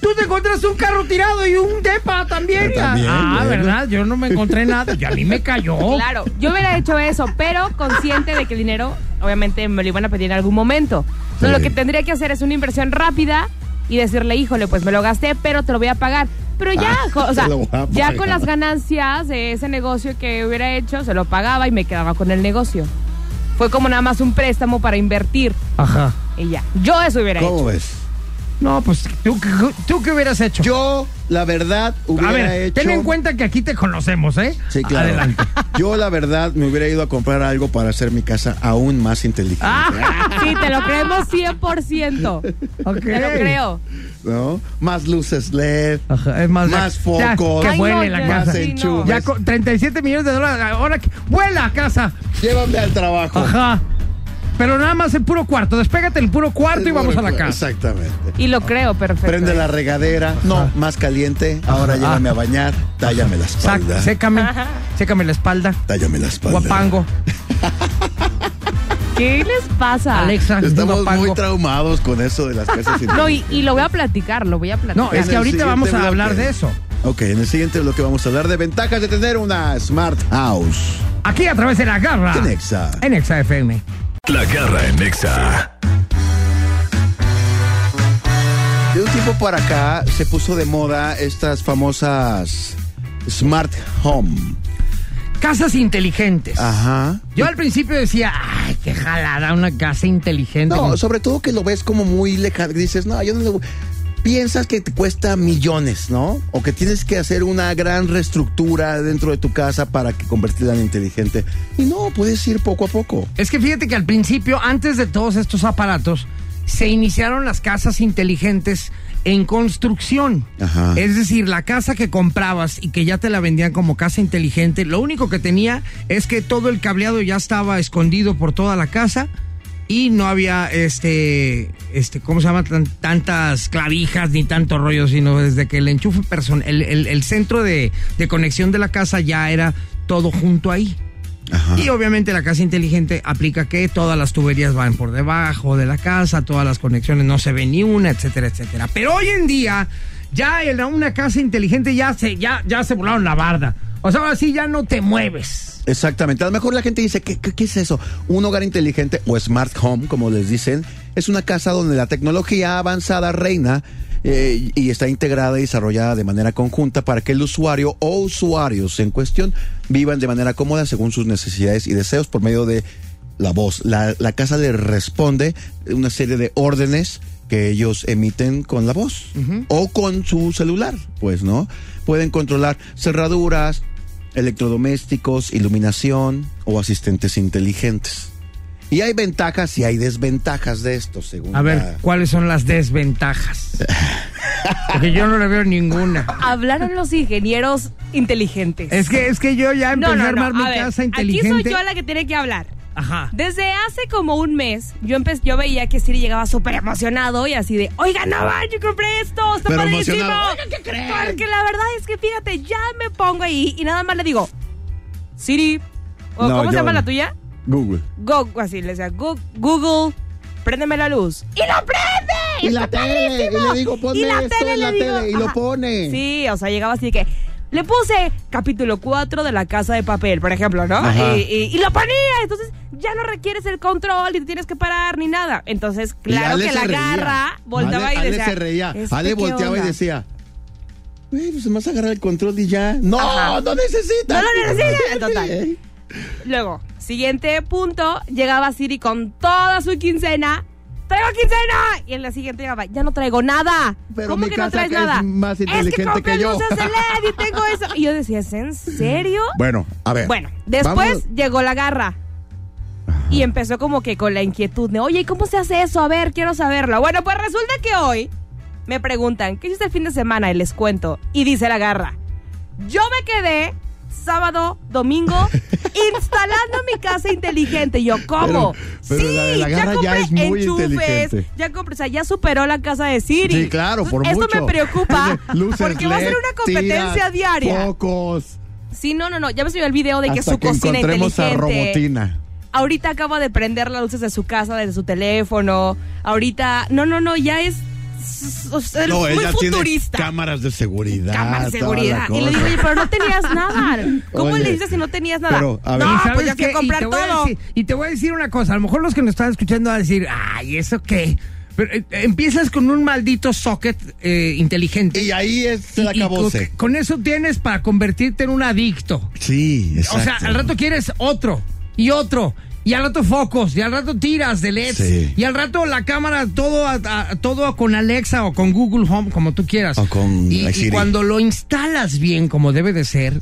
[SPEAKER 2] Tú te encontraste un carro tirado y un depa también.
[SPEAKER 3] Yo Eh, también,
[SPEAKER 2] ah,
[SPEAKER 3] bueno.
[SPEAKER 2] ¿verdad? Yo no me encontré nada. Y a mí me cayó.
[SPEAKER 3] Oh.
[SPEAKER 4] claro, yo hubiera hecho eso, pero consciente de que el dinero, obviamente, me lo iban a pedir en algún momento. Entonces,
[SPEAKER 3] Sí.
[SPEAKER 4] lo que tendría que hacer es una inversión rápida y decirle, híjole, pues me lo gasté, pero te lo voy a pagar. Pero ya,
[SPEAKER 3] Ah,
[SPEAKER 4] co- o
[SPEAKER 3] te
[SPEAKER 4] sea,
[SPEAKER 3] lo voy a
[SPEAKER 4] ya
[SPEAKER 3] pagar.
[SPEAKER 4] con las ganancias de ese negocio que hubiera hecho, se lo pagaba y me quedaba con el negocio. Fue como nada más un préstamo para invertir
[SPEAKER 2] Ajá.
[SPEAKER 4] y ya. Yo eso hubiera hecho.
[SPEAKER 3] ¿Cómo ves?
[SPEAKER 2] No, pues tú, tú qué hubieras hecho.
[SPEAKER 3] Yo, la verdad, hubiera
[SPEAKER 2] a ver,
[SPEAKER 3] hecho.
[SPEAKER 2] ten en cuenta que aquí te conocemos, ¿eh?
[SPEAKER 3] Sí, claro.
[SPEAKER 2] Adelante.
[SPEAKER 3] Yo, la verdad, me hubiera ido a comprar algo para hacer mi casa aún más inteligente.
[SPEAKER 2] Ah.
[SPEAKER 4] Sí, te lo creemos 100%.
[SPEAKER 2] Ok.
[SPEAKER 4] Te lo creo.
[SPEAKER 3] ¿No? Más luces LED.
[SPEAKER 2] Ajá, es más,
[SPEAKER 3] Más
[SPEAKER 2] ya-
[SPEAKER 3] focos.
[SPEAKER 2] Que
[SPEAKER 3] Ay,
[SPEAKER 2] vuele
[SPEAKER 4] no,
[SPEAKER 2] la
[SPEAKER 4] ya,
[SPEAKER 2] casa.
[SPEAKER 3] sí, no.
[SPEAKER 2] Ya con 37 millones de dólares. Ahora que vuela casa.
[SPEAKER 3] Llévame al trabajo.
[SPEAKER 2] Ajá. Pero nada más el puro cuarto. Despégate el puro cuarto y vamos a la casa.
[SPEAKER 3] Exactamente.
[SPEAKER 4] Y lo creo, perfecto.
[SPEAKER 3] Prende la regadera. No, más caliente. Ahora llévame a bañar. Tállame la espalda.
[SPEAKER 2] Sac- sécame. Sécame la espalda.
[SPEAKER 3] Tállame la espalda.
[SPEAKER 2] Guapango.
[SPEAKER 4] ¿Qué les pasa?
[SPEAKER 2] Alexa.
[SPEAKER 3] Ah, Estamos
[SPEAKER 2] guapango.
[SPEAKER 3] muy traumados con eso de las casas
[SPEAKER 4] No, y, y lo voy a platicar, lo voy a platicar.
[SPEAKER 2] No, es
[SPEAKER 3] En
[SPEAKER 2] que
[SPEAKER 3] el
[SPEAKER 2] ahorita
[SPEAKER 3] siguiente
[SPEAKER 2] vamos a hablar
[SPEAKER 3] bloque.
[SPEAKER 2] de eso.
[SPEAKER 3] Ok, en el siguiente bloque vamos a hablar de ventajas de tener una Smart House.
[SPEAKER 2] Aquí a través de la garra.
[SPEAKER 3] En Exa.
[SPEAKER 2] En Exa FM.
[SPEAKER 7] La garra en Nexa.
[SPEAKER 3] De un tiempo para acá se puso de moda estas famosas Smart Home.
[SPEAKER 2] Casas inteligentes.
[SPEAKER 3] Ah. Ajá.
[SPEAKER 2] Yo al principio decía, ay, qué jalada, una casa inteligente.
[SPEAKER 3] No,
[SPEAKER 2] Como-
[SPEAKER 3] sobre todo que lo ves como muy lejano. Dices, no, yo no le- Piensas que te cuesta millones, ¿no? O que tienes que hacer una gran reestructura dentro de tu casa para que convertirla en inteligente. Y no, puedes ir poco a poco.
[SPEAKER 2] Es que fíjate que al principio, antes de todos estos aparatos, se iniciaron las casas inteligentes en construcción.
[SPEAKER 3] Ajá.
[SPEAKER 2] Es decir, la casa que comprabas y que ya te la vendían como casa inteligente, lo único que tenía es que todo el cableado ya estaba escondido por toda la casa y no había este este cómo se llama Tan- tantas clavijas ni tanto rollo sino desde que el enchufe person el, el- el centro de, de conexión de la casa ya era todo junto ahí y obviamente la casa inteligente aplica que todas las tuberías van por debajo de la casa, todas las conexiones no se ve ni una, etcétera, etcétera. Pero hoy en día, ya en la- una casa inteligente ya se, ya, ya se volaron la barda. O sea, ahora sí ya no te mueves.
[SPEAKER 3] Exactamente. A lo mejor la gente dice, ¿qué, qué, qué es eso? Un hogar inteligente o smart home, como les dicen, es una casa donde la tecnología avanzada reina eh, y está integrada y desarrollada de manera conjunta para que el usuario o usuarios en cuestión vivan de manera cómoda según sus necesidades y deseos por medio de la voz. La, la casa le responde una serie de órdenes que ellos emiten con la voz o con su celular, pues, ¿no? Pueden controlar cerraduras, electrodomésticos, iluminación o asistentes inteligentes. Y hay ventajas y hay desventajas de esto, según.
[SPEAKER 2] A ver,
[SPEAKER 3] la-
[SPEAKER 2] ¿cuáles son las desventajas? Porque yo no le veo ninguna.
[SPEAKER 4] Hablaron los ingenieros inteligentes.
[SPEAKER 2] Es que, es que yo ya empecé
[SPEAKER 4] no, no,
[SPEAKER 2] a armar
[SPEAKER 4] no.
[SPEAKER 2] mi
[SPEAKER 4] a ver,
[SPEAKER 2] casa
[SPEAKER 4] Aquí
[SPEAKER 2] inteligente.
[SPEAKER 4] soy yo la que tiene que hablar.
[SPEAKER 2] Ajá.
[SPEAKER 4] Desde hace como un mes, yo empe- yo veía que Siri llegaba súper emocionado y así de, oiga, no man, yo compré esto, está
[SPEAKER 3] Pero
[SPEAKER 4] padrísimo.
[SPEAKER 3] emocionado,
[SPEAKER 4] Porque la verdad es que fíjate, ya me pongo ahí y nada más le digo, Siri, o
[SPEAKER 3] No,
[SPEAKER 4] ¿cómo se
[SPEAKER 3] yo-
[SPEAKER 4] llama la tuya?
[SPEAKER 3] Google.
[SPEAKER 4] Go, así le decía, "Go- Google, préndeme la luz. ¡Y lo prende!
[SPEAKER 3] Y la
[SPEAKER 4] ¡Está
[SPEAKER 3] tele,
[SPEAKER 4] padrísimo!
[SPEAKER 3] y le digo, ponme esto en la tele, y lo
[SPEAKER 4] ajá.
[SPEAKER 3] pone.
[SPEAKER 4] Sí, o sea, llegaba así de que. Le puse capítulo 4 de la casa de papel, por ejemplo, ¿no?
[SPEAKER 3] Ajá.
[SPEAKER 4] Y, y- y lo ponía, entonces ya no requieres el control y te tienes que parar ni nada. Entonces, claro
[SPEAKER 3] Ale
[SPEAKER 4] que
[SPEAKER 3] se
[SPEAKER 4] la
[SPEAKER 3] reía.
[SPEAKER 4] garra voltaba
[SPEAKER 3] Ale-
[SPEAKER 4] y
[SPEAKER 3] Ale
[SPEAKER 4] decía.
[SPEAKER 3] se reía.
[SPEAKER 4] "¿Este
[SPEAKER 3] Ale
[SPEAKER 4] qué
[SPEAKER 3] volteaba y
[SPEAKER 4] onda?".
[SPEAKER 3] decía. "Güey, pues me vas a agarrar el control y ya. No,
[SPEAKER 4] Ajá.
[SPEAKER 3] no necesitas.
[SPEAKER 4] No lo necesitas, total. Luego, siguiente punto, llegaba Siri con toda su quincena. ¡Traigo quincena! Y en la siguiente llegaba, ya no traigo nada.
[SPEAKER 3] Pero
[SPEAKER 4] ¿Cómo
[SPEAKER 3] mi
[SPEAKER 4] que no
[SPEAKER 3] casa
[SPEAKER 4] traes
[SPEAKER 3] es
[SPEAKER 4] nada?
[SPEAKER 3] más inteligente
[SPEAKER 4] es que compré
[SPEAKER 3] que yo.
[SPEAKER 4] luces de LED y tengo eso. Y yo decía, ¿es en serio?
[SPEAKER 3] Bueno, a ver.
[SPEAKER 4] Bueno, después
[SPEAKER 3] Vamos-
[SPEAKER 4] llegó la garra. Y empezó como que con la inquietud de, oye, ¿y cómo se hace eso? A ver, quiero saberlo. Bueno, pues resulta que hoy me preguntan, ¿qué hiciste el fin de semana? Y les cuento. Y dice la garra, yo me quedé sábado, domingo, instalando mi casa inteligente. Y yo, ¿cómo?
[SPEAKER 3] Pero- pero la de la garra ya es muy inteligente.
[SPEAKER 4] Ya compré, o sea, ya superó la casa de Siri.
[SPEAKER 3] Sí, claro, por
[SPEAKER 4] Esto
[SPEAKER 3] mucho.
[SPEAKER 4] me preocupa
[SPEAKER 3] Luces
[SPEAKER 4] porque va a ser
[SPEAKER 3] LED,
[SPEAKER 4] una competencia
[SPEAKER 3] tiras,
[SPEAKER 4] diaria.
[SPEAKER 3] Focos.
[SPEAKER 4] Sí, no, no, no. Ya me subió el video de que
[SPEAKER 3] hasta
[SPEAKER 4] su
[SPEAKER 3] que
[SPEAKER 4] cocina
[SPEAKER 3] encontremos a
[SPEAKER 4] inteligente.
[SPEAKER 3] Robotina.
[SPEAKER 4] Ahorita acaba de prender las luces de su casa, de su teléfono. Ahorita, no, no, no, ya es, o sea, muy futurista.
[SPEAKER 3] cámaras de seguridad.
[SPEAKER 4] Cámara de
[SPEAKER 3] toda la
[SPEAKER 4] seguridad. Y le
[SPEAKER 3] cosa.
[SPEAKER 4] digo, oye, pero no tenías nada. ¿Cómo
[SPEAKER 3] Oye,
[SPEAKER 4] le dices si no tenías nada?
[SPEAKER 3] pero, a ver.
[SPEAKER 4] no,
[SPEAKER 3] ¿Y
[SPEAKER 4] pues ya
[SPEAKER 2] qué?
[SPEAKER 4] que
[SPEAKER 2] y
[SPEAKER 4] comprar
[SPEAKER 2] te voy a
[SPEAKER 4] todo.
[SPEAKER 2] decir- y te voy a decir una cosa, a lo mejor los que nos están escuchando van a decir, ay, ¿eso qué? Pero eh, empiezas con un maldito socket eh, inteligente.
[SPEAKER 3] Y ahí es el
[SPEAKER 2] Y- y con,
[SPEAKER 3] acabose.
[SPEAKER 2] con eso tienes para convertirte en un adicto.
[SPEAKER 3] Sí,
[SPEAKER 2] O sea, al rato quieres otro y otro. Y al rato focos, y al rato tiras de LEDs.
[SPEAKER 3] Sí.
[SPEAKER 2] Y al rato la cámara, todo, a- a- todo con Alexa o con Google Home, como tú quieras.
[SPEAKER 3] O con
[SPEAKER 2] y, y
[SPEAKER 3] Siri.
[SPEAKER 2] cuando lo instalas bien, como debe de ser,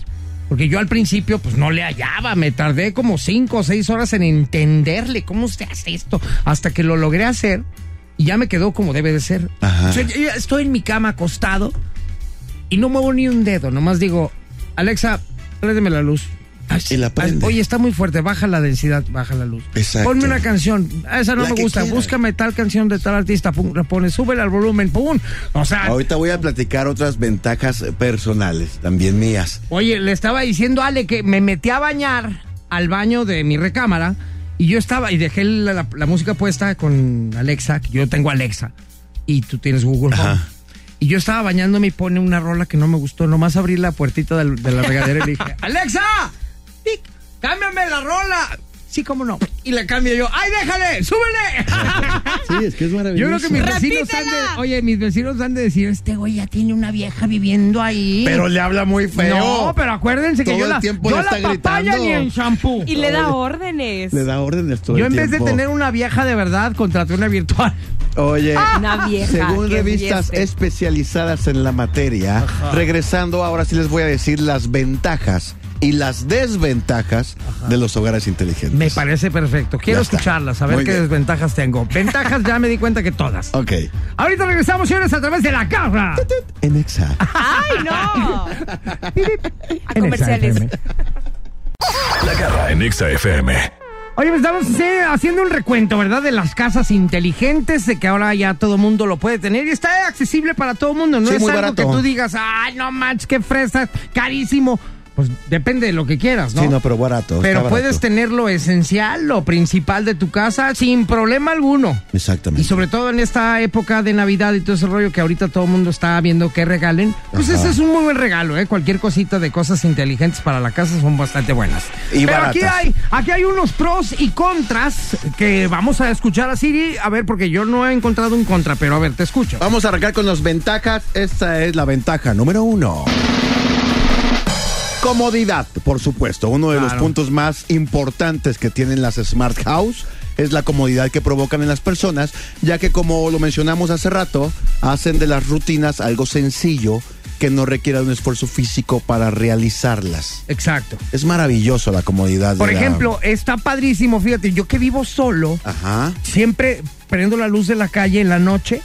[SPEAKER 2] porque yo al principio pues no le hallaba, me tardé como cinco o seis horas en entenderle cómo se hace esto, hasta que lo logré hacer y ya me quedó como debe de ser.
[SPEAKER 3] Ajá.
[SPEAKER 2] O sea, yo ya estoy en mi cama acostado y no muevo ni un dedo, nomás digo, Alexa, préndeme la luz. Ay,
[SPEAKER 3] Y la
[SPEAKER 2] ay,
[SPEAKER 3] prende.
[SPEAKER 2] Oye, está muy fuerte, baja la densidad, baja la luz.
[SPEAKER 3] Exacto.
[SPEAKER 2] Ponme una canción, "Ah, esa no
[SPEAKER 3] La
[SPEAKER 2] me
[SPEAKER 3] que
[SPEAKER 2] gusta,
[SPEAKER 3] quiera.
[SPEAKER 2] búscame tal canción de tal artista, pum, la pone, súbele al volumen, pum. O sea,
[SPEAKER 3] Ahorita voy a platicar otras ventajas personales, también mías.
[SPEAKER 2] Oye, le estaba diciendo a Ale que me metí a bañar al baño de mi recámara y yo estaba y dejé la, la- la música puesta con Alexa, que yo tengo Alexa y tú tienes Google Home.
[SPEAKER 3] Ajá.
[SPEAKER 2] Y yo estaba bañándome y pone una rola que no me gustó. Nomás abrí la puertita del- de, la regadera y le dije, ¡Alexa! ¡Tic! ¡Cámbiame la rola! Sí, cómo no. Y la cambio yo. ¡Ay, déjale! ¡Súbele!
[SPEAKER 3] Sí, es que es
[SPEAKER 2] Yo creo que mis vecinos han
[SPEAKER 4] ¡Repítela!
[SPEAKER 2] de, oye, mis vecinos han de decir, este güey ya tiene una vieja viviendo ahí.
[SPEAKER 3] Pero le habla muy feo.
[SPEAKER 2] No, pero acuérdense que
[SPEAKER 3] Todo
[SPEAKER 2] yo
[SPEAKER 3] el
[SPEAKER 2] la,
[SPEAKER 3] tiempo
[SPEAKER 2] yo
[SPEAKER 3] le
[SPEAKER 2] la
[SPEAKER 3] está
[SPEAKER 2] papaya
[SPEAKER 3] gritando.
[SPEAKER 2] ni en shampoo.
[SPEAKER 4] Y le da órdenes.
[SPEAKER 3] Le da órdenes todo
[SPEAKER 2] Yo
[SPEAKER 3] el
[SPEAKER 2] en vez de
[SPEAKER 3] tiempo.
[SPEAKER 2] tener una vieja de verdad, contraté una virtual.
[SPEAKER 3] Oye.
[SPEAKER 4] Ah. Una vieja.
[SPEAKER 3] Según
[SPEAKER 4] qué
[SPEAKER 3] revistas
[SPEAKER 4] fieste.
[SPEAKER 3] especializadas en la materia, regresando ahora sí les voy a decir las ventajas y las desventajas de los hogares inteligentes.
[SPEAKER 2] Me parece perfecto. Quiero
[SPEAKER 3] Ya está.
[SPEAKER 2] escucharlas, a ver
[SPEAKER 3] Muy
[SPEAKER 2] qué
[SPEAKER 3] bien.
[SPEAKER 2] desventajas tengo. Ventajas ya me di cuenta que todas.
[SPEAKER 3] Ok.
[SPEAKER 2] Ahorita regresamos, señores, a través de la garra.
[SPEAKER 3] En Exa.
[SPEAKER 2] Ah.
[SPEAKER 4] ¡Ay, no! A comerciales.
[SPEAKER 2] En esa FM.
[SPEAKER 7] La garra en Exa FM.
[SPEAKER 2] Oye, pues estamos eh, haciendo un recuento, ¿verdad? De las casas inteligentes, de que ahora ya todo mundo lo puede tener y está accesible para todo mundo. No
[SPEAKER 3] Sí,
[SPEAKER 2] es
[SPEAKER 3] muy
[SPEAKER 2] algo
[SPEAKER 3] barato.
[SPEAKER 2] que tú digas, ay, no manches, qué fresa, carísimo. Pues depende de lo que quieras, ¿no?
[SPEAKER 3] Sí, no, pero barato. está
[SPEAKER 2] Pero
[SPEAKER 3] barato.
[SPEAKER 2] puedes tener lo esencial, lo principal de tu casa sin problema alguno.
[SPEAKER 3] Exactamente.
[SPEAKER 2] Y sobre todo en esta época de Navidad y todo ese rollo que ahorita todo el mundo está viendo que regalen, pues
[SPEAKER 3] Ajá.
[SPEAKER 2] ese es un muy buen regalo, ¿eh? Cualquier cosita de cosas inteligentes para la casa son bastante buenas.
[SPEAKER 3] Y
[SPEAKER 2] Pero
[SPEAKER 3] baratas.
[SPEAKER 2] aquí hay, aquí hay unos pros y contras que vamos a escuchar a Siri, a ver, porque yo no he encontrado un contra, pero a ver, te escucho.
[SPEAKER 3] Vamos a arrancar con las ventajas. Esta es la ventaja número uno. Comodidad, por supuesto. Uno de los
[SPEAKER 2] Claro.
[SPEAKER 3] puntos más importantes que tienen las smart house es la comodidad que provocan en las personas, ya que como lo mencionamos hace rato, hacen de las rutinas algo sencillo que no requiera un esfuerzo físico para realizarlas.
[SPEAKER 2] Exacto.
[SPEAKER 3] Es maravilloso la comodidad. de
[SPEAKER 2] Por
[SPEAKER 3] la-
[SPEAKER 2] ejemplo, está padrísimo, fíjate, yo que vivo solo,
[SPEAKER 3] Ajá.
[SPEAKER 2] siempre prendo la luz de la calle en la noche,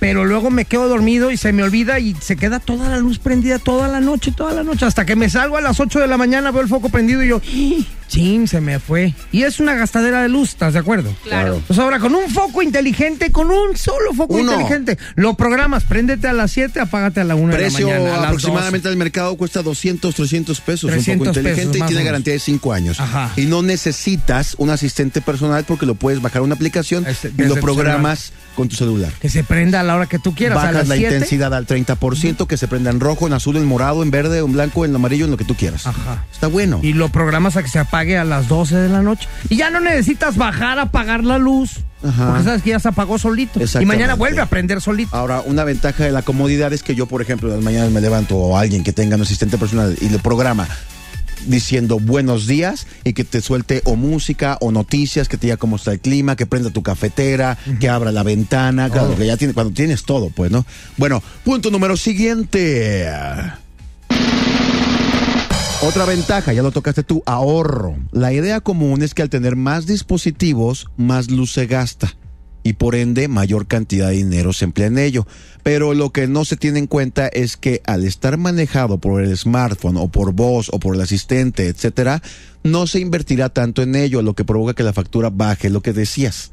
[SPEAKER 2] pero luego me quedo dormido y se me olvida y se queda toda la luz prendida toda la noche, toda la noche, hasta que me salgo a las 8 de la mañana, veo el foco prendido y yo, ¡chin! Se me fue. Y es una gastadera de luz, ¿estás de acuerdo?
[SPEAKER 4] Claro.
[SPEAKER 2] Pues ahora con un foco inteligente, con un solo foco
[SPEAKER 3] Uno.
[SPEAKER 2] inteligente, lo programas, préndete a las 7, apágate a la 1
[SPEAKER 3] Precio
[SPEAKER 2] de la mañana. a las
[SPEAKER 3] aproximadamente del mercado cuesta 200, 300 pesos, un
[SPEAKER 2] 300
[SPEAKER 3] poco inteligente
[SPEAKER 2] pesos,
[SPEAKER 3] y
[SPEAKER 2] más o
[SPEAKER 3] tiene
[SPEAKER 2] menos.
[SPEAKER 3] garantía de 5 años.
[SPEAKER 2] Ajá.
[SPEAKER 3] Y no necesitas un asistente personal porque lo puedes bajar a una aplicación
[SPEAKER 2] Este,
[SPEAKER 3] y
[SPEAKER 2] desde
[SPEAKER 3] lo
[SPEAKER 2] tu
[SPEAKER 3] programas con tu celular.
[SPEAKER 2] 2, que se prenda a la hora que tú quieras. a
[SPEAKER 3] Bajas
[SPEAKER 2] las
[SPEAKER 3] la
[SPEAKER 2] 7.
[SPEAKER 3] intensidad al 30%, que se prenda en rojo, en azul, en morado, en verde, en blanco, en amarillo, en lo que tú quieras.
[SPEAKER 2] Ajá.
[SPEAKER 3] Está bueno.
[SPEAKER 2] Y lo programas a que se apague a las 12 de la noche. Y ya no necesitas bajar a apagar la luz.
[SPEAKER 3] Ajá.
[SPEAKER 2] Porque sabes que ya se apagó solito. Y
[SPEAKER 3] Exactamente.
[SPEAKER 2] mañana vuelve a prender solito.
[SPEAKER 3] Ahora, una ventaja de la comodidad es que yo, por ejemplo, en las mañanas me levanto o alguien que tenga un asistente personal y le programa diciendo buenos días y que te suelte o música o noticias, que te diga cómo está el clima, que prenda tu cafetera, que abra la ventana, claro, que ya tiene, cuando tienes todo, pues, ¿no? Bueno, punto número siguiente. Otra ventaja, ya lo tocaste tú, ahorro. La idea común es que al tener más dispositivos, más luz se gasta y por ende mayor cantidad de dinero se emplea en ello. Pero lo que no se tiene en cuenta es que al estar manejado por el smartphone o por voz o por el asistente, etcétera, no se invertirá tanto en ello, lo que provoca que la factura baje, lo que decías.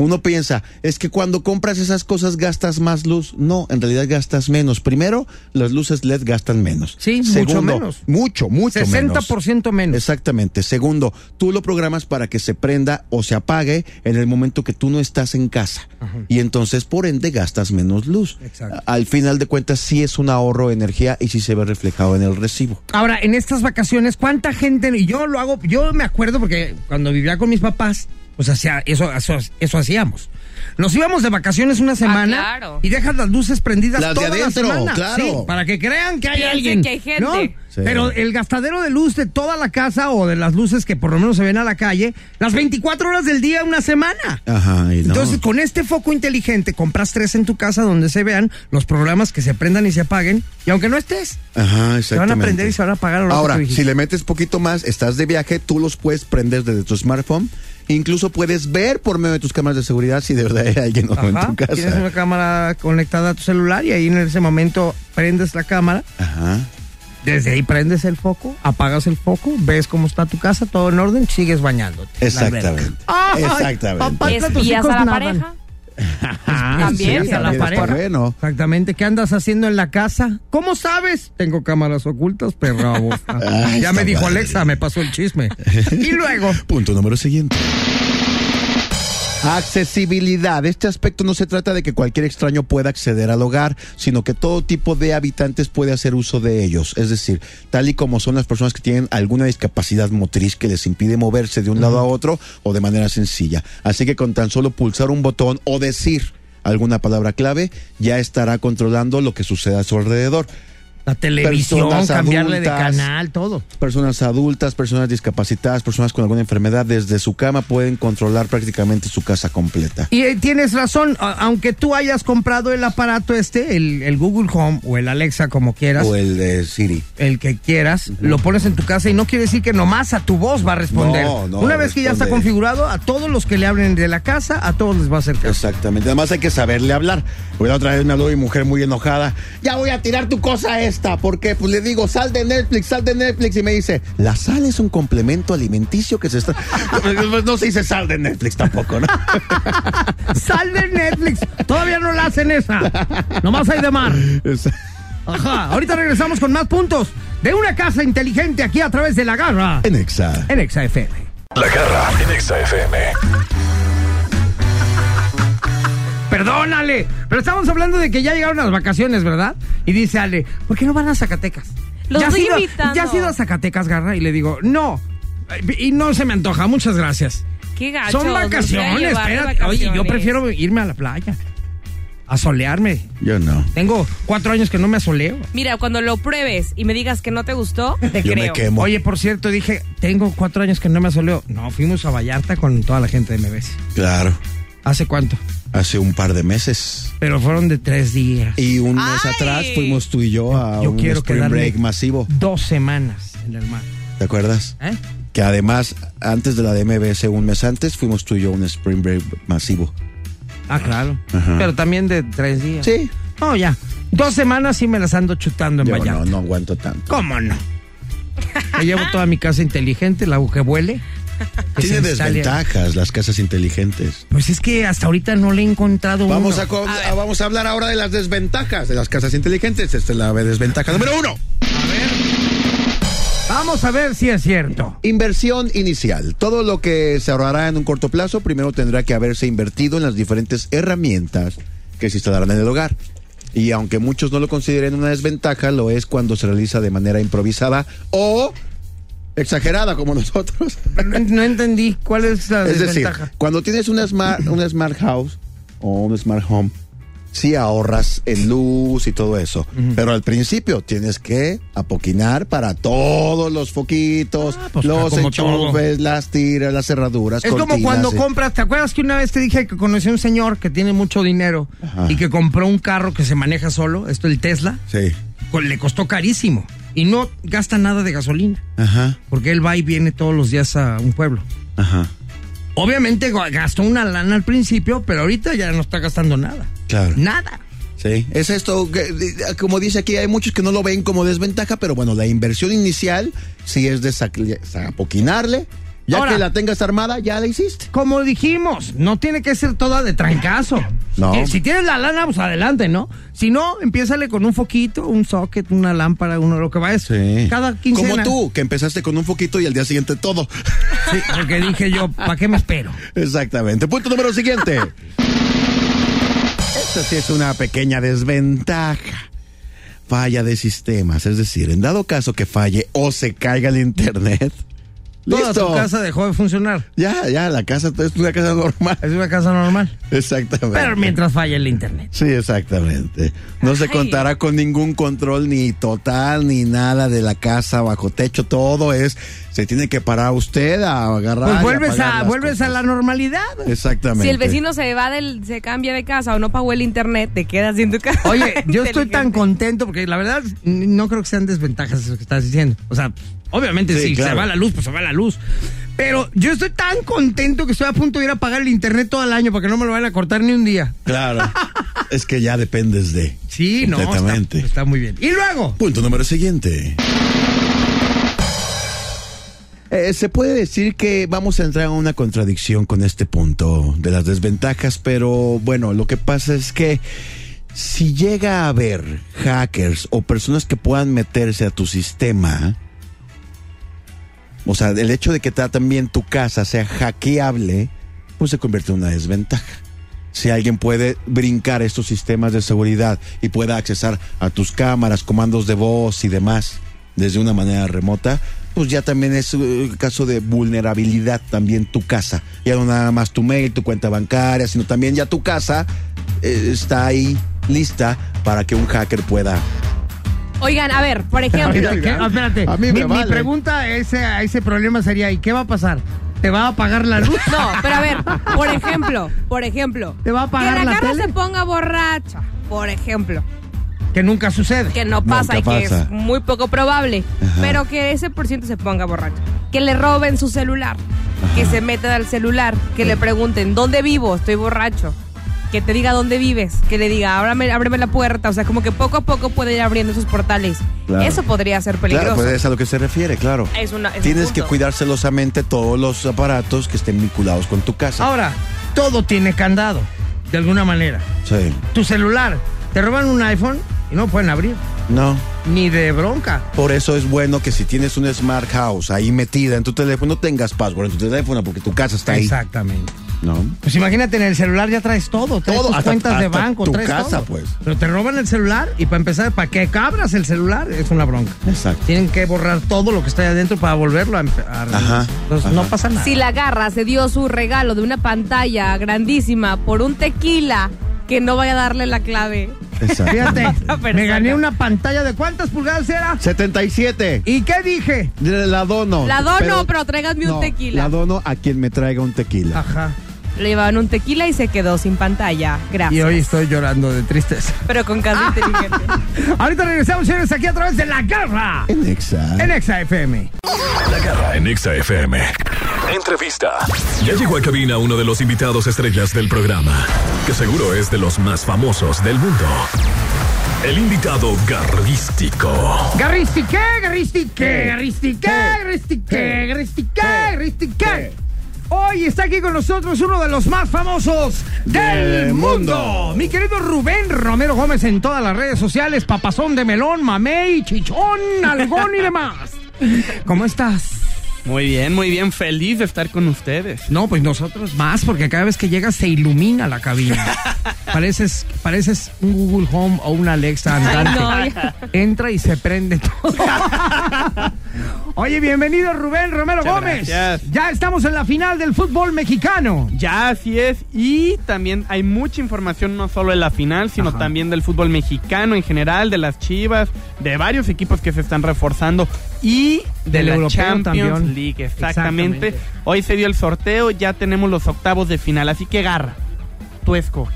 [SPEAKER 3] Uno piensa, es que cuando compras esas cosas gastas más luz. No, en realidad gastas menos. Primero, las luces LED gastan menos.
[SPEAKER 2] Sí, mucho
[SPEAKER 3] Segundo,
[SPEAKER 2] menos.
[SPEAKER 3] Mucho, mucho menos.
[SPEAKER 2] 60% menos.
[SPEAKER 3] Exactamente. Segundo, tú lo programas para que se prenda o se apague en el momento que tú no estás en casa. Y entonces, por ende, gastas menos luz.
[SPEAKER 2] Exacto.
[SPEAKER 3] Al final de cuentas, sí es un ahorro de energía y sí se ve reflejado en el recibo.
[SPEAKER 2] Ahora, en estas vacaciones, ¿cuánta gente? Y yo lo hago, yo me acuerdo porque cuando vivía con mis papás, pues hacía, eso, eso, eso hacíamos. Nos íbamos de vacaciones una semana
[SPEAKER 4] Ah, claro.
[SPEAKER 2] y dejas las luces prendidas
[SPEAKER 3] Las de
[SPEAKER 2] toda la
[SPEAKER 3] adentro,
[SPEAKER 2] semana.
[SPEAKER 3] claro.
[SPEAKER 2] sí, para que crean que hay
[SPEAKER 4] Piensen
[SPEAKER 2] alguien.
[SPEAKER 4] que hay gente.
[SPEAKER 2] ¿no?
[SPEAKER 3] Sí. Sí.
[SPEAKER 2] Pero el gastadero de luz de toda la casa o de las luces que por lo menos se ven a la calle, las 24 horas del día, una semana.
[SPEAKER 3] Ajá, y no.
[SPEAKER 2] Entonces, con este foco inteligente, compras tres en tu casa donde se vean los programas que se prendan y se apaguen. Y aunque no estés,
[SPEAKER 3] Ajá,
[SPEAKER 2] se van a
[SPEAKER 3] exactamente.
[SPEAKER 2] prender y se van a apagar. a la hora
[SPEAKER 3] Ahora,
[SPEAKER 2] que tú
[SPEAKER 3] si
[SPEAKER 2] dijiste.
[SPEAKER 3] le metes poquito más, estás de viaje, tú los puedes prender desde tu smartphone. Incluso puedes ver por medio de tus cámaras de seguridad si de verdad hay alguien o no en
[SPEAKER 2] Ajá,
[SPEAKER 3] tu casa.
[SPEAKER 2] Tienes una cámara conectada a tu celular y ahí en ese momento prendes la cámara.
[SPEAKER 3] Ajá.
[SPEAKER 2] Desde ahí prendes el foco, apagas el foco, ves cómo está tu casa, todo en orden, sigues bañándote. en la alberca.
[SPEAKER 3] Exactamente.
[SPEAKER 2] Ay,
[SPEAKER 3] Exactamente.
[SPEAKER 2] papá, Para que tus
[SPEAKER 4] Espías
[SPEAKER 2] hijos
[SPEAKER 4] a la
[SPEAKER 2] nadan.
[SPEAKER 4] pareja.
[SPEAKER 2] Ah,
[SPEAKER 4] También,
[SPEAKER 2] sí,
[SPEAKER 4] a la
[SPEAKER 3] está
[SPEAKER 2] pareja.
[SPEAKER 3] Bueno.
[SPEAKER 2] Exactamente, ¿qué andas haciendo en la casa? ¿Cómo sabes? Tengo cámaras ocultas, perra. bosta.
[SPEAKER 3] Ay,
[SPEAKER 2] ya
[SPEAKER 3] está
[SPEAKER 2] me dijo
[SPEAKER 3] padre.
[SPEAKER 2] Alexa, me pasó el chisme. y luego,
[SPEAKER 3] Punto número siguiente. Accesibilidad. Este aspecto no se trata de que cualquier extraño pueda acceder al hogar, sino que todo tipo de habitantes puede hacer uso de ellos. Es decir, tal y como son las personas que tienen alguna discapacidad motriz que les impide moverse de un lado a otro o de manera sencilla. Así que con tan solo pulsar un botón o decir alguna palabra clave, ya estará controlando lo que suceda a su alrededor.
[SPEAKER 2] la televisión,
[SPEAKER 3] Personas
[SPEAKER 2] cambiarle de
[SPEAKER 3] adultas.
[SPEAKER 2] canal, todo.
[SPEAKER 3] Personas adultas, personas discapacitadas, personas con alguna enfermedad desde su cama pueden controlar prácticamente su casa completa.
[SPEAKER 2] Y eh, tienes razón, a- aunque tú hayas comprado el aparato este, el, el Google Home o el Alexa, como quieras,
[SPEAKER 3] O
[SPEAKER 2] el,
[SPEAKER 3] el de Siri.
[SPEAKER 2] que quieras, lo pones en tu casa y no quiere decir que nomás a tu voz va a responder.
[SPEAKER 3] No, no,
[SPEAKER 2] Una vez que ya está
[SPEAKER 3] responde.
[SPEAKER 2] configurado, a todos los que le hablen de la casa, a todos les va a hacer caso.
[SPEAKER 3] Exactamente. Además hay que saberle hablar. Hoy la otra vez me habló mi mujer muy enojada. Ya voy a tirar tu cosa esta. porque Pues le digo, sal de Netflix, sal de Netflix. Y me dice, la sal es un complemento alimenticio que se está... Pues no se dice sal de Netflix tampoco, ¿no?
[SPEAKER 2] Sal de Netflix, todavía no la hacen esa. Nomás hay de mar.
[SPEAKER 3] Es-
[SPEAKER 2] Ajá, ahorita regresamos con más puntos de una casa inteligente aquí a través de la garra
[SPEAKER 3] en Exa.
[SPEAKER 2] en Exa FM.
[SPEAKER 7] La garra en Exa FM.
[SPEAKER 2] Perdónale, pero estamos hablando de que ya llegaron las vacaciones, ¿verdad? Y dice Ale, ¿por qué no van a Zacatecas?
[SPEAKER 4] Los
[SPEAKER 2] has
[SPEAKER 4] estoy
[SPEAKER 2] ido-
[SPEAKER 4] invitando.
[SPEAKER 2] ¿Ya has ido a Zacatecas, Garra? Y le digo, no. Y no se me antoja, muchas gracias.
[SPEAKER 4] Qué gacho.
[SPEAKER 2] Son vacaciones, espérate. Oye, yo prefiero irme a la playa, a solearme.
[SPEAKER 3] Yo no.
[SPEAKER 2] Tengo cuatro años que no me asoleo.
[SPEAKER 4] Mira, cuando lo pruebes y me digas que no te gustó, te
[SPEAKER 3] Yo me
[SPEAKER 4] creo.
[SPEAKER 3] quemo.
[SPEAKER 2] Oye, por cierto, dije, tengo cuatro años que no me asoleo. No, fuimos a Vallarta con toda la gente de MBS.
[SPEAKER 3] Claro.
[SPEAKER 2] ¿Hace cuánto?
[SPEAKER 3] Hace un par de meses.
[SPEAKER 2] Pero fueron de tres días.
[SPEAKER 3] Y un mes
[SPEAKER 4] Ay.
[SPEAKER 3] atrás fuimos tú y yo a
[SPEAKER 2] Yo
[SPEAKER 3] un
[SPEAKER 2] quiero
[SPEAKER 3] spring
[SPEAKER 2] quedarme
[SPEAKER 3] break masivo.
[SPEAKER 2] Dos semanas en el mar.
[SPEAKER 3] ¿Te acuerdas?
[SPEAKER 2] ¿Eh?
[SPEAKER 3] Que además, antes de la de MBS, un mes antes, fuimos tú y yo a un spring break masivo.
[SPEAKER 2] Ah, claro.
[SPEAKER 3] Ajá.
[SPEAKER 2] Pero también de tres días.
[SPEAKER 3] Sí.
[SPEAKER 2] No, ya. Dos semanas sí me las ando chutando en
[SPEAKER 3] Yo
[SPEAKER 2] Vallarta.
[SPEAKER 3] no, no aguanto tanto.
[SPEAKER 2] ¿Cómo no? Me llevo toda mi casa inteligente, la que vuele. que se
[SPEAKER 3] Tiene
[SPEAKER 2] instale.
[SPEAKER 3] desventajas las casas inteligentes.
[SPEAKER 2] Pues es que hasta ahorita no le he encontrado
[SPEAKER 3] Vamos
[SPEAKER 2] uno.
[SPEAKER 3] a, co- a- vamos a hablar ahora de las desventajas de las casas inteligentes. Esta es la desventaja número uno.
[SPEAKER 2] Vamos a ver si es cierto.
[SPEAKER 3] Inversión inicial. Todo lo que se ahorrará en un corto plazo primero tendrá que haberse invertido en las diferentes herramientas que se instalarán en el hogar. Y aunque muchos no lo consideren una desventaja, lo es cuando se realiza de manera improvisada o exagerada como nosotros.
[SPEAKER 2] No, no entendí cuál es la
[SPEAKER 3] Es decir,
[SPEAKER 2] desventaja.
[SPEAKER 3] cuando tienes una smart, una smart house o un smart home, sí ahorras en luz y todo eso. Pero al principio tienes que apoquinar para todos los foquitos,
[SPEAKER 2] Ah, pues,
[SPEAKER 3] los
[SPEAKER 2] como
[SPEAKER 3] enchufes, las tiras, las cerraduras.
[SPEAKER 2] Es como
[SPEAKER 3] cortinas,
[SPEAKER 2] cuando
[SPEAKER 3] eh.
[SPEAKER 2] compras, ¿te acuerdas que una vez te dije que conocí a un señor que tiene mucho dinero
[SPEAKER 3] Ajá.
[SPEAKER 2] y que compró un carro que se maneja solo, esto el Tesla,
[SPEAKER 3] Sí.
[SPEAKER 2] con- le costó carísimo y no gasta nada de gasolina,
[SPEAKER 3] Ajá,
[SPEAKER 2] porque él va y viene todos los días a un pueblo.
[SPEAKER 3] ajá.
[SPEAKER 2] Obviamente gu- gastó una lana al principio, pero ahorita ya no está gastando nada.
[SPEAKER 3] Claro.
[SPEAKER 2] Nada.
[SPEAKER 3] Sí. Es esto, que, eh, como dice aquí, hay muchos que no lo ven como desventaja, pero bueno, la inversión inicial sí es de sac- apoquinarle. Ya
[SPEAKER 2] Ahora.
[SPEAKER 3] que la tengas armada, ya la hiciste.
[SPEAKER 2] Como dijimos, no tiene que ser toda de trancazo.
[SPEAKER 3] No.
[SPEAKER 2] Que Si tienes la lana, pues adelante, ¿no? Si no, empiézale con un foquito, un socket, una lámpara, uno, lo que vayas.
[SPEAKER 3] Sí.
[SPEAKER 2] Cada quincena.
[SPEAKER 3] Como tú, que empezaste con un foquito y al día siguiente todo.
[SPEAKER 2] Sí, porque dije yo, ¿para qué me espero?
[SPEAKER 3] Exactamente. Punto número siguiente. Esta sí es una pequeña desventaja. Falla de sistemas. Es decir, en dado caso que falle o se caiga el internet,
[SPEAKER 2] Toda
[SPEAKER 3] Listo.
[SPEAKER 2] tu casa dejó de funcionar.
[SPEAKER 3] Ya, ya, la casa es una casa normal.
[SPEAKER 2] Es una casa normal.
[SPEAKER 3] Exactamente.
[SPEAKER 2] Pero mientras falla el internet.
[SPEAKER 3] Sí, exactamente. No se
[SPEAKER 4] Ay.
[SPEAKER 3] contará con ningún control ni total ni nada de la casa bajo techo. Todo es, se tiene que parar usted a agarrar.
[SPEAKER 2] Pues
[SPEAKER 3] y
[SPEAKER 2] vuelves
[SPEAKER 3] apagar
[SPEAKER 2] a,
[SPEAKER 3] las
[SPEAKER 2] vuelves a
[SPEAKER 3] cosas.
[SPEAKER 2] la normalidad.
[SPEAKER 3] Exactamente.
[SPEAKER 4] Si el vecino se va del, se cambia de casa o no pagó el internet, te quedas sin tu casa.
[SPEAKER 2] Oye, yo estoy tan
[SPEAKER 4] Inteligente.
[SPEAKER 2] contento porque la verdad n- no creo que sean desventajas eso que estás diciendo. O sea, obviamente
[SPEAKER 3] Sí,
[SPEAKER 2] si se
[SPEAKER 3] claro.
[SPEAKER 2] va la luz, pues se va la luz. Pero yo estoy tan contento que estoy a punto de ir a pagar el internet todo el año para que no me lo vayan a cortar ni un día.
[SPEAKER 3] Claro. es que ya dependes de.
[SPEAKER 2] Sí, no. está-
[SPEAKER 3] Completamente.
[SPEAKER 2] Está, muy bien. Y luego,
[SPEAKER 3] Punto número siguiente. Eh, se puede decir que vamos a entrar en una contradicción con este punto de las desventajas, pero bueno, lo que pasa es que si llega a haber hackers o personas que puedan meterse a tu sistema, o sea, el hecho de que ta- también tu casa sea hackeable, pues se convierte en una desventaja. Si alguien puede brincar estos sistemas de seguridad y pueda accesar a tus cámaras, comandos de voz y demás desde una manera remota, pues ya también es eh, caso de vulnerabilidad también tu casa. Ya no nada más tu mail, tu cuenta bancaria, sino también ya tu casa eh, está ahí lista para que un hacker pueda.
[SPEAKER 4] Oigan, a ver, por ejemplo,
[SPEAKER 2] ¿qué? Ah, espérate.
[SPEAKER 3] A mí me
[SPEAKER 2] mi, mi
[SPEAKER 3] vale.
[SPEAKER 2] pregunta a ese, a ese problema sería, ¿y qué va a pasar? ¿Te va a apagar la luz?
[SPEAKER 4] No, pero a ver, por ejemplo, por ejemplo.
[SPEAKER 2] ¿Te va a apagar la
[SPEAKER 4] que la, garra
[SPEAKER 2] tele?
[SPEAKER 4] se ponga borracha, por ejemplo.
[SPEAKER 2] que nunca sucede.
[SPEAKER 4] Que no pasa
[SPEAKER 3] Nunca
[SPEAKER 4] y que
[SPEAKER 3] pasa.
[SPEAKER 4] es muy poco probable.
[SPEAKER 3] Ajá.
[SPEAKER 4] Pero que ese por ciento se ponga borracho. Que le roben su celular. Que se metan al celular. Que le pregunten, ¿dónde vivo? Estoy borracho. Que te diga dónde vives. Que le diga, ábrame, ábreme la puerta. O sea, como que poco a poco puede ir abriendo esos portales.
[SPEAKER 3] Claro.
[SPEAKER 4] Eso podría ser
[SPEAKER 3] Claro,
[SPEAKER 4] peligroso.
[SPEAKER 3] pues es a lo que se refiere, claro.
[SPEAKER 4] Es una- es un
[SPEAKER 3] Tienes que
[SPEAKER 4] punto.
[SPEAKER 3] cuidar celosamente todos los aparatos que estén vinculados con tu casa.
[SPEAKER 2] Ahora, todo tiene candado, de alguna manera.
[SPEAKER 4] Ah.
[SPEAKER 3] Sí.
[SPEAKER 2] Tu celular, te roban un iPhone y no pueden abrir.
[SPEAKER 3] No.
[SPEAKER 2] Ni de bronca.
[SPEAKER 3] Por eso es bueno que si tienes un smart house ahí metida en tu teléfono, tengas password en tu teléfono porque tu casa está ahí.
[SPEAKER 2] Exactamente.
[SPEAKER 3] ¿No?
[SPEAKER 2] Pues imagínate, en el celular ya traes todo, traes
[SPEAKER 3] Todo,
[SPEAKER 2] tus
[SPEAKER 3] hasta-
[SPEAKER 2] cuentas de
[SPEAKER 3] hasta
[SPEAKER 2] banco,
[SPEAKER 3] tu
[SPEAKER 2] traes
[SPEAKER 3] casa,
[SPEAKER 2] todo.
[SPEAKER 3] pues.
[SPEAKER 2] Pero te roban el celular y para empezar, para que cabras el celular es una bronca.
[SPEAKER 3] Exacto.
[SPEAKER 2] Tienen que borrar todo lo que está ahí adentro para volverlo a, empe- a
[SPEAKER 3] Ajá,
[SPEAKER 2] Entonces
[SPEAKER 3] ajá.
[SPEAKER 2] no pasa nada.
[SPEAKER 4] Si la garra se dio su regalo de una pantalla grandísima por un tequila, que no vaya a darle la clave.
[SPEAKER 3] Exacto.
[SPEAKER 2] Fíjate, me
[SPEAKER 4] persona.
[SPEAKER 2] gané una pantalla de cuántas pulgadas era.
[SPEAKER 3] 77.
[SPEAKER 2] ¿Y qué dije?
[SPEAKER 3] La dono.
[SPEAKER 4] La dono, pero tráiganme un tequila.
[SPEAKER 3] La dono a quien me traiga un
[SPEAKER 8] Ah.
[SPEAKER 3] tequila.
[SPEAKER 2] Ajá.
[SPEAKER 4] Le llevaban un tequila y se quedó sin pantalla. Gracias.
[SPEAKER 2] Y hoy estoy llorando de tristeza.
[SPEAKER 4] Pero con casa inteligente.
[SPEAKER 2] Ahorita regresamos, señores, aquí a través de La Garra
[SPEAKER 3] En Exa.
[SPEAKER 4] E-
[SPEAKER 2] en Exa FM.
[SPEAKER 7] La garra en Exa FM. Entrevista. Ya llegó a cabina uno de los invitados estrellas del programa, que seguro es de los más famosos del mundo. El invitado garrístico.
[SPEAKER 2] Garristique, garristique, garristique, garristique, garristique, garristique. Hoy está aquí con nosotros uno de los más famosos del
[SPEAKER 3] Del mundo.
[SPEAKER 2] mundo. Mi querido Rubén Romero Gómez en todas las redes sociales, papazón de melón, mamey, chichón, algón y demás. ¿Cómo estás?
[SPEAKER 8] Muy bien, muy bien. Feliz de estar con ustedes.
[SPEAKER 2] No, pues nosotros más, porque cada vez que llegas se ilumina la cabina. pareces, pareces un Google Home o una Alexa andante.
[SPEAKER 4] no, ya.
[SPEAKER 2] Entra y se prende todo. Oye, bienvenido Rubén Romero
[SPEAKER 8] Muchas
[SPEAKER 2] Gómez.
[SPEAKER 8] gracias.
[SPEAKER 2] Ya estamos en la final del fútbol mexicano.
[SPEAKER 8] Ya así es. Y también hay mucha información, no solo de la final, sino
[SPEAKER 2] Ajá.
[SPEAKER 8] también del fútbol mexicano en general, de las Chivas, de varios equipos que se están reforzando y de
[SPEAKER 2] Del
[SPEAKER 8] la
[SPEAKER 2] europeo
[SPEAKER 8] Champions
[SPEAKER 2] también.
[SPEAKER 8] League. Exactamente.
[SPEAKER 2] Exactamente.
[SPEAKER 8] Hoy se dio el sorteo, ya tenemos los octavos de final. Así que garra, tú escoge.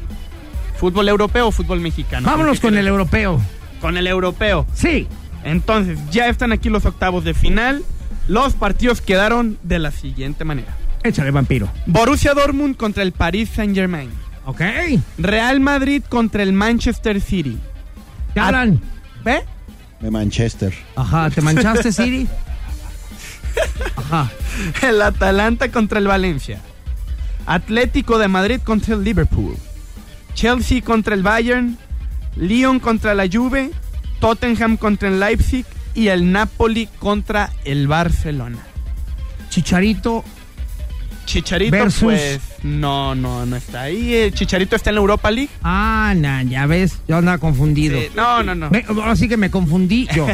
[SPEAKER 8] ¿Fútbol europeo o fútbol mexicano?
[SPEAKER 2] Vámonos
[SPEAKER 8] ¿Con
[SPEAKER 2] con
[SPEAKER 8] qué
[SPEAKER 2] el
[SPEAKER 8] quieres?
[SPEAKER 2] europeo.
[SPEAKER 8] Con el europeo.
[SPEAKER 2] Sí.
[SPEAKER 8] Entonces, ya están aquí los octavos de final. Los partidos quedaron de la siguiente manera.
[SPEAKER 2] Échale vampiro.
[SPEAKER 8] Borussia Dortmund contra el Paris Saint-Germain.
[SPEAKER 2] Ok.
[SPEAKER 8] Real Madrid contra el Manchester City.
[SPEAKER 2] Te hablan.
[SPEAKER 8] ¿Ve?
[SPEAKER 3] De Manchester.
[SPEAKER 2] Ajá, ¿te manchaste, Siri? Ajá.
[SPEAKER 8] El Atalanta contra el Valencia. Atlético de Madrid contra el Liverpool. Chelsea contra el Bayern. Lyon contra la Juve. Tottenham contra el Leipzig. Y el Napoli contra el Barcelona.
[SPEAKER 2] Chicharito.
[SPEAKER 8] Chicharito,
[SPEAKER 2] Versus.
[SPEAKER 8] pues. No, no, no está ahí. Eh, Chicharito está en la Europa League.
[SPEAKER 2] Ah, nah, ya ves, yo andaba confundido.
[SPEAKER 8] Eh, no, no, no.
[SPEAKER 2] Me- ahora sí que me confundí yo.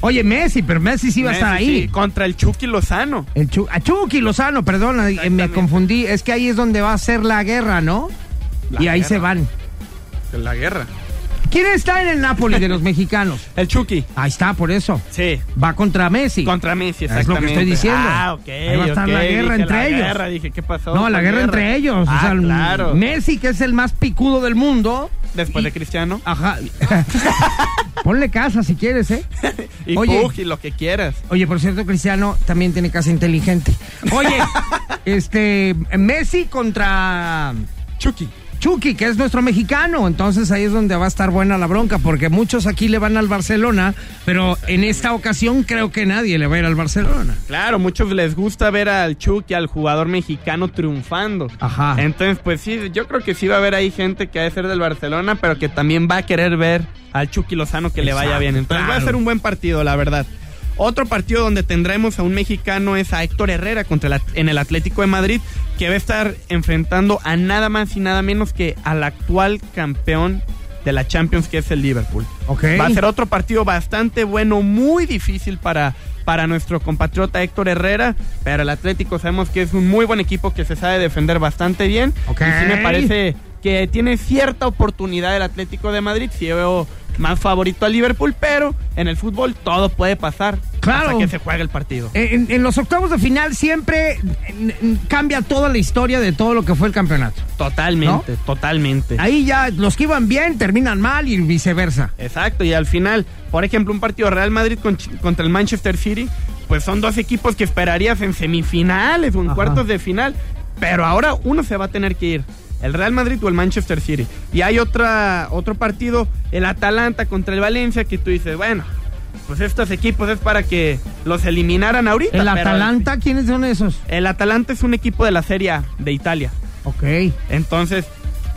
[SPEAKER 2] Oye, Messi, pero Messi sí va a estar
[SPEAKER 8] Messi,
[SPEAKER 2] ahí.
[SPEAKER 8] sí, contra el Chucky Lozano.
[SPEAKER 2] El Chu- a Chucky Lozano, perdón, eh, me
[SPEAKER 8] Exactamente.
[SPEAKER 2] confundí. Es que ahí es donde va a ser la guerra, ¿no?
[SPEAKER 8] La
[SPEAKER 2] y ahí
[SPEAKER 8] guerra.
[SPEAKER 2] se van.
[SPEAKER 8] de La guerra.
[SPEAKER 2] ¿Quién está en el Napoli de los mexicanos?
[SPEAKER 8] El Chucky.
[SPEAKER 2] Ahí está, por eso.
[SPEAKER 8] Sí.
[SPEAKER 2] Va contra Messi.
[SPEAKER 8] Contra Messi,
[SPEAKER 2] Es lo que
[SPEAKER 8] exactamente.
[SPEAKER 2] estoy diciendo.
[SPEAKER 8] Ah, ok.
[SPEAKER 2] Ahí va a estar
[SPEAKER 8] ok,
[SPEAKER 2] la guerra
[SPEAKER 8] dije,
[SPEAKER 2] entre
[SPEAKER 8] la
[SPEAKER 2] ellos.
[SPEAKER 8] Guerra, dije, ¿qué pasó?
[SPEAKER 2] no, la
[SPEAKER 8] con
[SPEAKER 2] guerra entre ellos. o
[SPEAKER 8] Ah,
[SPEAKER 2] sea,
[SPEAKER 8] claro.
[SPEAKER 2] Messi, que es el más picudo del mundo.
[SPEAKER 8] Después de Cristiano.
[SPEAKER 2] Ajá. Ponle casa si quieres, ¿eh?
[SPEAKER 8] Y
[SPEAKER 2] Oye.
[SPEAKER 8] Pug y lo que quieras.
[SPEAKER 2] Oye, por cierto, Cristiano también tiene casa inteligente. Oye, este, Messi contra
[SPEAKER 8] Chucky.
[SPEAKER 2] Chucky, que es nuestro mexicano. Entonces ahí es donde va a estar buena la bronca, porque muchos aquí le van al Barcelona, pero en esta ocasión creo que nadie le va a ir al Barcelona.
[SPEAKER 8] Claro, muchos les gusta ver al Chucky, al jugador mexicano triunfando.
[SPEAKER 2] Ajá.
[SPEAKER 8] Entonces, pues sí, yo creo que sí va a haber ahí gente que ha de ser del Barcelona, pero que también va a querer ver al Chucky Lozano que le vaya bien. Entonces va a
[SPEAKER 2] claro.
[SPEAKER 8] ser un buen partido, la verdad. Otro partido donde tendremos a un mexicano es a Héctor Herrera contra el At- en el Atlético de Madrid, que va a estar enfrentando a nada más y nada menos que al actual campeón de la Champions, que es el Liverpool.
[SPEAKER 2] Ok.
[SPEAKER 8] Va a ser otro partido bastante bueno, muy difícil para, para nuestro compatriota Héctor Herrera, pero el Atlético sabemos que es un muy buen equipo que se sabe defender bastante bien.
[SPEAKER 2] Ok.
[SPEAKER 8] Y sí me parece que tiene cierta oportunidad el Atlético de Madrid, si veo más favorito al Liverpool, pero en el fútbol todo puede pasar
[SPEAKER 2] Claro. Eh,
[SPEAKER 8] hasta que se juegue el partido.
[SPEAKER 2] En, en los octavos de final siempre en- en- cambia toda la historia de todo lo que fue el campeonato.
[SPEAKER 8] Totalmente, totalmente.
[SPEAKER 2] Ahí ya los que iban bien terminan mal y viceversa.
[SPEAKER 8] Exacto, y al final, por ejemplo, un partido Real Madrid con- contra el Manchester City, pues son dos equipos que esperarías en semifinales o en
[SPEAKER 2] Ajá.
[SPEAKER 8] cuartos de final, pero ahora uno se va a tener que ir, el Real Madrid o el Manchester City. Y hay otra, otro partido, el Atalanta contra el Valencia, que tú dices, bueno, pues estos equipos es para que los eliminaran ahorita.
[SPEAKER 2] El
[SPEAKER 8] pero-
[SPEAKER 2] Atalanta, ¿quiénes son esos?
[SPEAKER 8] El Atalanta es un equipo de la Serie A de Italia,
[SPEAKER 2] Ok,
[SPEAKER 8] entonces...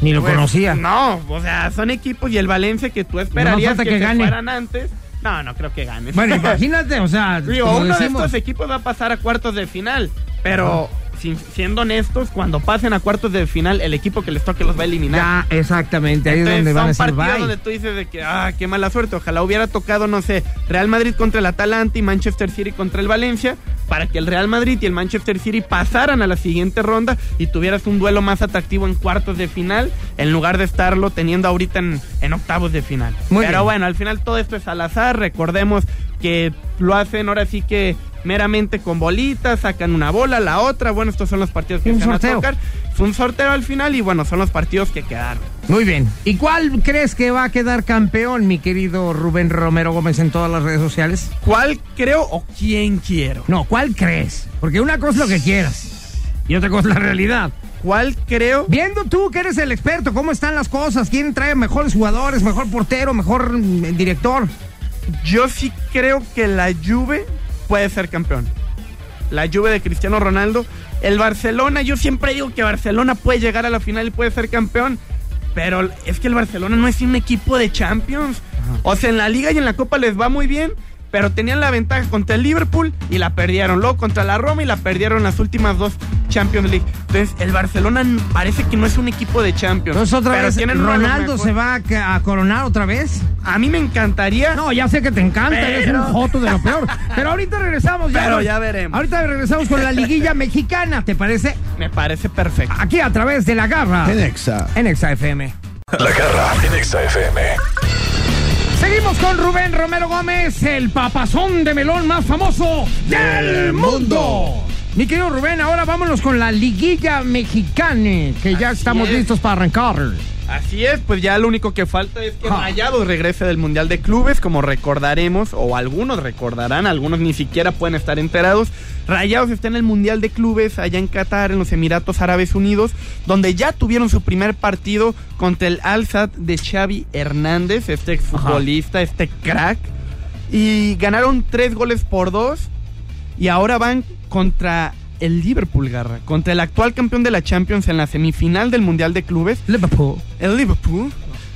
[SPEAKER 2] ni lo
[SPEAKER 8] Pues,
[SPEAKER 2] conocía.
[SPEAKER 8] No, o sea, son equipos y el Valencia que tú esperarías
[SPEAKER 2] falta
[SPEAKER 8] que,
[SPEAKER 2] que
[SPEAKER 8] se
[SPEAKER 2] gane.
[SPEAKER 8] fueran antes. No, no creo que gane.
[SPEAKER 2] Bueno, imagínate, o sea,
[SPEAKER 8] Digo,
[SPEAKER 2] como
[SPEAKER 8] uno de
[SPEAKER 2] decimos,
[SPEAKER 8] estos equipos va a pasar a cuartos de final, pero sin- siendo honestos, cuando pasen a cuartos de final, el equipo que les toque los va a eliminar.
[SPEAKER 2] ya, exactamente, ahí
[SPEAKER 8] Entonces,
[SPEAKER 2] es donde van a
[SPEAKER 8] son
[SPEAKER 2] decir
[SPEAKER 8] partidos
[SPEAKER 2] bye.
[SPEAKER 8] donde tú dices de que, ah, qué mala suerte. Ojalá hubiera tocado, no sé, Real Madrid contra el Atalanta y Manchester City contra el Valencia, para que el Real Madrid y el Manchester City pasaran a la siguiente ronda y tuvieras un duelo más atractivo en cuartos de final, en lugar de estarlo teniendo ahorita en, en octavos de final.
[SPEAKER 2] Muy
[SPEAKER 8] Pero
[SPEAKER 2] bien.
[SPEAKER 8] bueno, al final todo esto es al azar. Recordemos que lo hacen ahora sí que meramente con bolitas, sacan una bola, la otra. Bueno, estos son los partidos que
[SPEAKER 2] Un
[SPEAKER 8] se van a
[SPEAKER 2] sorteo.
[SPEAKER 8] tocar. Fue un sorteo al final y bueno, son los partidos que quedaron.
[SPEAKER 2] Muy bien. ¿Y cuál crees que va a quedar campeón, mi querido Rubén Romero Gómez, en todas las redes sociales?
[SPEAKER 8] ¿Cuál creo o quién quiero?
[SPEAKER 2] No, ¿cuál crees? Porque una cosa es lo que quieras y otra cosa es la realidad.
[SPEAKER 8] ¿Cuál creo?
[SPEAKER 2] Viendo tú que eres el experto, cómo están las cosas, quién trae mejores jugadores, mejor portero, mejor mm, director.
[SPEAKER 8] Yo sí creo que la Juve puede ser campeón. La Juve de Cristiano Ronaldo. El Barcelona, yo siempre digo que Barcelona puede llegar a la final y puede ser campeón. Pero es que el Barcelona no es un equipo de Champions. O sea, en la Liga y en la Copa les va muy bien. Pero tenían la ventaja contra el Liverpool y la perdieron. Luego contra la Roma y la perdieron las últimas dos Champions League. Entonces, el Barcelona n- parece que no es un equipo de Champions.
[SPEAKER 2] Entonces otra
[SPEAKER 8] pero
[SPEAKER 2] vez,
[SPEAKER 8] tienen uno de los
[SPEAKER 2] Ronaldo se
[SPEAKER 8] mejores-
[SPEAKER 2] va a, ca- a coronar otra vez.
[SPEAKER 8] A mí me encantaría.
[SPEAKER 2] No, ya sé que te encanta, eres un
[SPEAKER 8] Pero-
[SPEAKER 2] joto de lo peor. Pero ahorita regresamos.
[SPEAKER 8] Pero
[SPEAKER 2] nos-
[SPEAKER 8] ya veremos.
[SPEAKER 2] Ahorita regresamos con la liguilla mexicana, ¿te parece?
[SPEAKER 8] Me parece perfecto.
[SPEAKER 2] Aquí a través de la garra.
[SPEAKER 8] Ah.
[SPEAKER 3] En Exa.
[SPEAKER 2] En Exa FM.
[SPEAKER 7] La garra en Exa FM.
[SPEAKER 2] Seguimos con Rubén Romero Gómez, el papazón de melón más famoso del mundo. Mi querido Rubén, ahora vámonos con la liguilla mexicana, que ya
[SPEAKER 8] Así
[SPEAKER 2] estamos
[SPEAKER 8] es.
[SPEAKER 2] listos para arrancar.
[SPEAKER 8] Así es, pues ya lo único que falta es que
[SPEAKER 2] Ja.
[SPEAKER 8] Rayados regrese del Mundial de Clubes, como recordaremos, o algunos recordarán, algunos ni siquiera pueden estar enterados. Rayados está en el Mundial de Clubes allá en Qatar, en los Emiratos Árabes Unidos, donde ya tuvieron su primer partido contra el Al-Sadd de Xavi Hernández, este exfutbolista, este crack. Y ganaron tres goles por dos. Y ahora van contra el Liverpool, Garra. Contra el actual campeón de la Champions en la semifinal del Mundial de Clubes
[SPEAKER 2] Liverpool.
[SPEAKER 8] el Liverpool,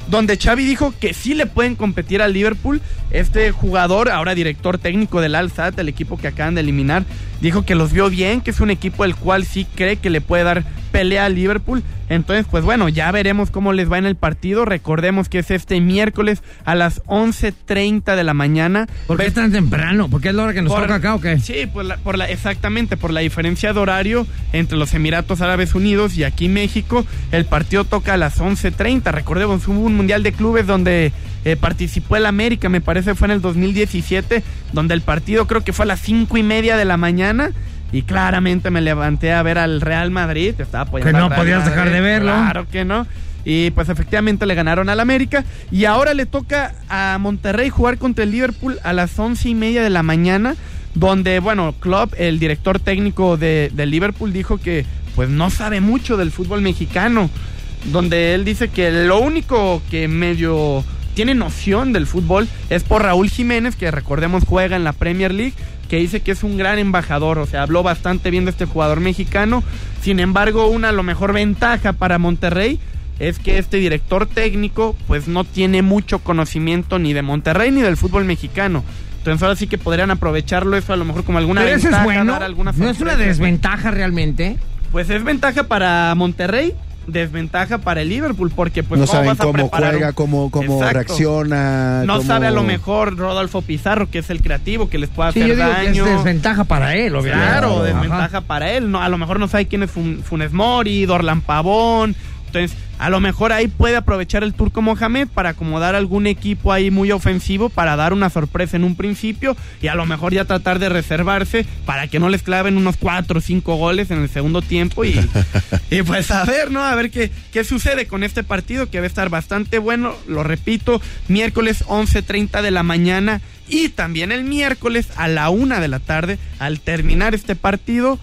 [SPEAKER 8] donde Xavi dijo que sí le pueden competir al Liverpool. Este jugador, ahora director técnico del Al-Sadd, el equipo que acaban de eliminar, Dijo que los vio bien, que es un equipo el cual sí cree que le puede dar pelea al Liverpool. Entonces, pues bueno, ya veremos cómo les va en el partido. Recordemos que es este miércoles a las 11.30 de la mañana.
[SPEAKER 2] ¿Por qué es tan temprano? ¿Por qué es la hora que nos
[SPEAKER 8] Por-
[SPEAKER 2] toca acá o qué?
[SPEAKER 8] Sí, por la, por la, exactamente, por la diferencia de horario entre los Emiratos Árabes Unidos y aquí México, el partido toca a las 11.30. Recordemos, hubo un Mundial de Clubes donde eh, participó el América, me parece fue en el 2017, donde el partido creo que fue a las 5 y media de la mañana. Y claramente me levanté a ver al Real Madrid. Estaba apoyando
[SPEAKER 2] Que no
[SPEAKER 8] al Real
[SPEAKER 2] podías dejar
[SPEAKER 8] Madrid,
[SPEAKER 2] de verlo.
[SPEAKER 8] Claro que no. Y pues efectivamente le ganaron al América. Y ahora le toca a Monterrey jugar contra el Liverpool a las once y media de la mañana. Donde, bueno, Klopp, el director técnico de, de Liverpool, dijo que pues no sabe mucho del fútbol mexicano. Donde él dice que lo único que medio tiene noción del fútbol es por Raúl Jiménez, que recordemos juega en la Premier League, que dice que es un gran embajador, o sea, habló bastante bien de este jugador mexicano. Sin embargo, una a lo mejor ventaja para Monterrey es que este director técnico pues no tiene mucho conocimiento ni de Monterrey ni del fútbol mexicano. Entonces ahora sí que podrían aprovecharlo eso a lo mejor como alguna
[SPEAKER 2] Pero eso
[SPEAKER 8] ventaja,
[SPEAKER 2] es bueno.
[SPEAKER 8] dar alguna
[SPEAKER 2] No es una
[SPEAKER 8] sorpresa.
[SPEAKER 2] desventaja realmente.
[SPEAKER 8] Pues es ventaja para Monterrey, desventaja para el Liverpool porque pues
[SPEAKER 3] no
[SPEAKER 8] ¿cómo
[SPEAKER 3] saben
[SPEAKER 8] vas a
[SPEAKER 3] cómo
[SPEAKER 8] preparar un-
[SPEAKER 3] juega, cómo, cómo
[SPEAKER 8] Exacto.
[SPEAKER 3] reacciona.
[SPEAKER 8] No
[SPEAKER 3] cómo-
[SPEAKER 8] sabe a lo mejor Rodolfo Pizarro, que es el creativo, que les puede
[SPEAKER 2] Sí,
[SPEAKER 8] hacer
[SPEAKER 2] yo digo que
[SPEAKER 8] daño.
[SPEAKER 2] es desventaja para él, obviamente.
[SPEAKER 8] Claro,
[SPEAKER 3] Ajá.
[SPEAKER 8] desventaja para él. No, a lo mejor no sabe quién es Fun- Funes Mori, Dorlan Pavón. Entonces, a lo mejor ahí puede aprovechar el turco Mohamed para acomodar algún equipo ahí muy ofensivo para dar una sorpresa en un principio y a lo mejor ya tratar de reservarse para que no les claven unos cuatro o cinco goles en el segundo tiempo y, y pues a ver, ¿no? A ver qué, qué sucede con este partido que va a estar bastante bueno. Lo repito, miércoles 11.30 de la mañana y también el miércoles a la una de la tarde, al terminar este partido,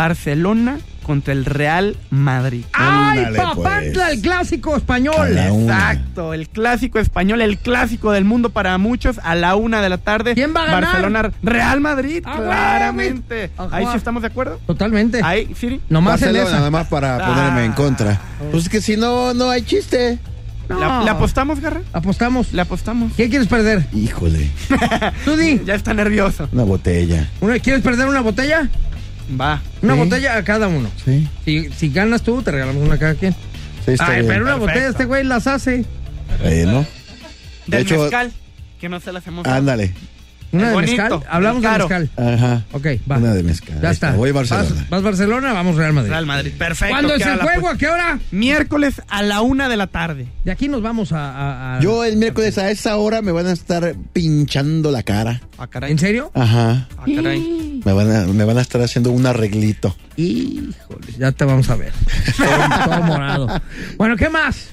[SPEAKER 8] Barcelona contra el Real Madrid.
[SPEAKER 2] ¡Ay,
[SPEAKER 3] Ándale,
[SPEAKER 2] papantla,
[SPEAKER 3] pues.
[SPEAKER 2] el clásico español!
[SPEAKER 3] A la una.
[SPEAKER 8] Exacto, el clásico español, el clásico del mundo para muchos, a la una de la tarde.
[SPEAKER 2] ¿Quién va a ganar?
[SPEAKER 8] Barcelona, Real Madrid,
[SPEAKER 2] Ah, güey,
[SPEAKER 8] claramente.
[SPEAKER 2] mi-
[SPEAKER 8] Ahí
[SPEAKER 2] Ajá.
[SPEAKER 8] sí estamos de acuerdo.
[SPEAKER 2] Totalmente.
[SPEAKER 8] Ahí, Siri.
[SPEAKER 2] Nomás en
[SPEAKER 3] Barcelona,
[SPEAKER 2] esa.
[SPEAKER 3] nada más para
[SPEAKER 8] Ah.
[SPEAKER 3] ponerme en contra. Pues es que si no, no hay chiste.
[SPEAKER 2] No.
[SPEAKER 8] ¿La, la apostamos, Garra?
[SPEAKER 2] Apostamos.
[SPEAKER 8] La apostamos.
[SPEAKER 2] ¿Qué quieres perder?
[SPEAKER 3] Híjole,
[SPEAKER 2] Tú di.
[SPEAKER 8] Ya está nervioso.
[SPEAKER 3] una botella.
[SPEAKER 2] Una- ¿Quieres perder una botella?
[SPEAKER 8] Va.
[SPEAKER 2] Una
[SPEAKER 3] Sí.
[SPEAKER 2] botella a cada uno.
[SPEAKER 3] Sí,
[SPEAKER 2] Si, si ganas tú, te regalamos una a cada quien.
[SPEAKER 3] sí está
[SPEAKER 2] Ay,
[SPEAKER 3] bien.
[SPEAKER 2] pero una
[SPEAKER 8] Perfecto.
[SPEAKER 2] botella este güey las hace.
[SPEAKER 3] Bueno, De
[SPEAKER 8] Del
[SPEAKER 3] hecho-
[SPEAKER 8] mezcal, que no se la hacemos.
[SPEAKER 3] ándale.
[SPEAKER 2] Una de
[SPEAKER 8] Bonito,
[SPEAKER 2] mezcal. Hablamos de
[SPEAKER 8] caro.
[SPEAKER 2] mezcal.
[SPEAKER 3] Ajá.
[SPEAKER 2] Ok, va.
[SPEAKER 3] Una de mezcal.
[SPEAKER 2] Ya
[SPEAKER 3] Ahí
[SPEAKER 2] está.
[SPEAKER 3] está. Voy a Barcelona.
[SPEAKER 2] Vas, vas Barcelona, vamos Real Madrid.
[SPEAKER 8] Real Madrid. Perfecto.
[SPEAKER 2] ¿Cuándo es
[SPEAKER 8] queda
[SPEAKER 2] el
[SPEAKER 8] la
[SPEAKER 2] juego? ¿A
[SPEAKER 8] apuesta.
[SPEAKER 2] qué hora?
[SPEAKER 8] Miércoles a la una de la tarde.
[SPEAKER 2] De aquí nos vamos a. a- a-
[SPEAKER 3] Yo el miércoles a esa hora me van a estar pinchando la cara.
[SPEAKER 8] Ah, caray.
[SPEAKER 2] ¿En serio?
[SPEAKER 3] Ajá.
[SPEAKER 8] Ah, caray.
[SPEAKER 3] Me van a, me van a estar haciendo un arreglito.
[SPEAKER 2] Híjole, ya te vamos a ver. todo, todo morado. Bueno, ¿qué más?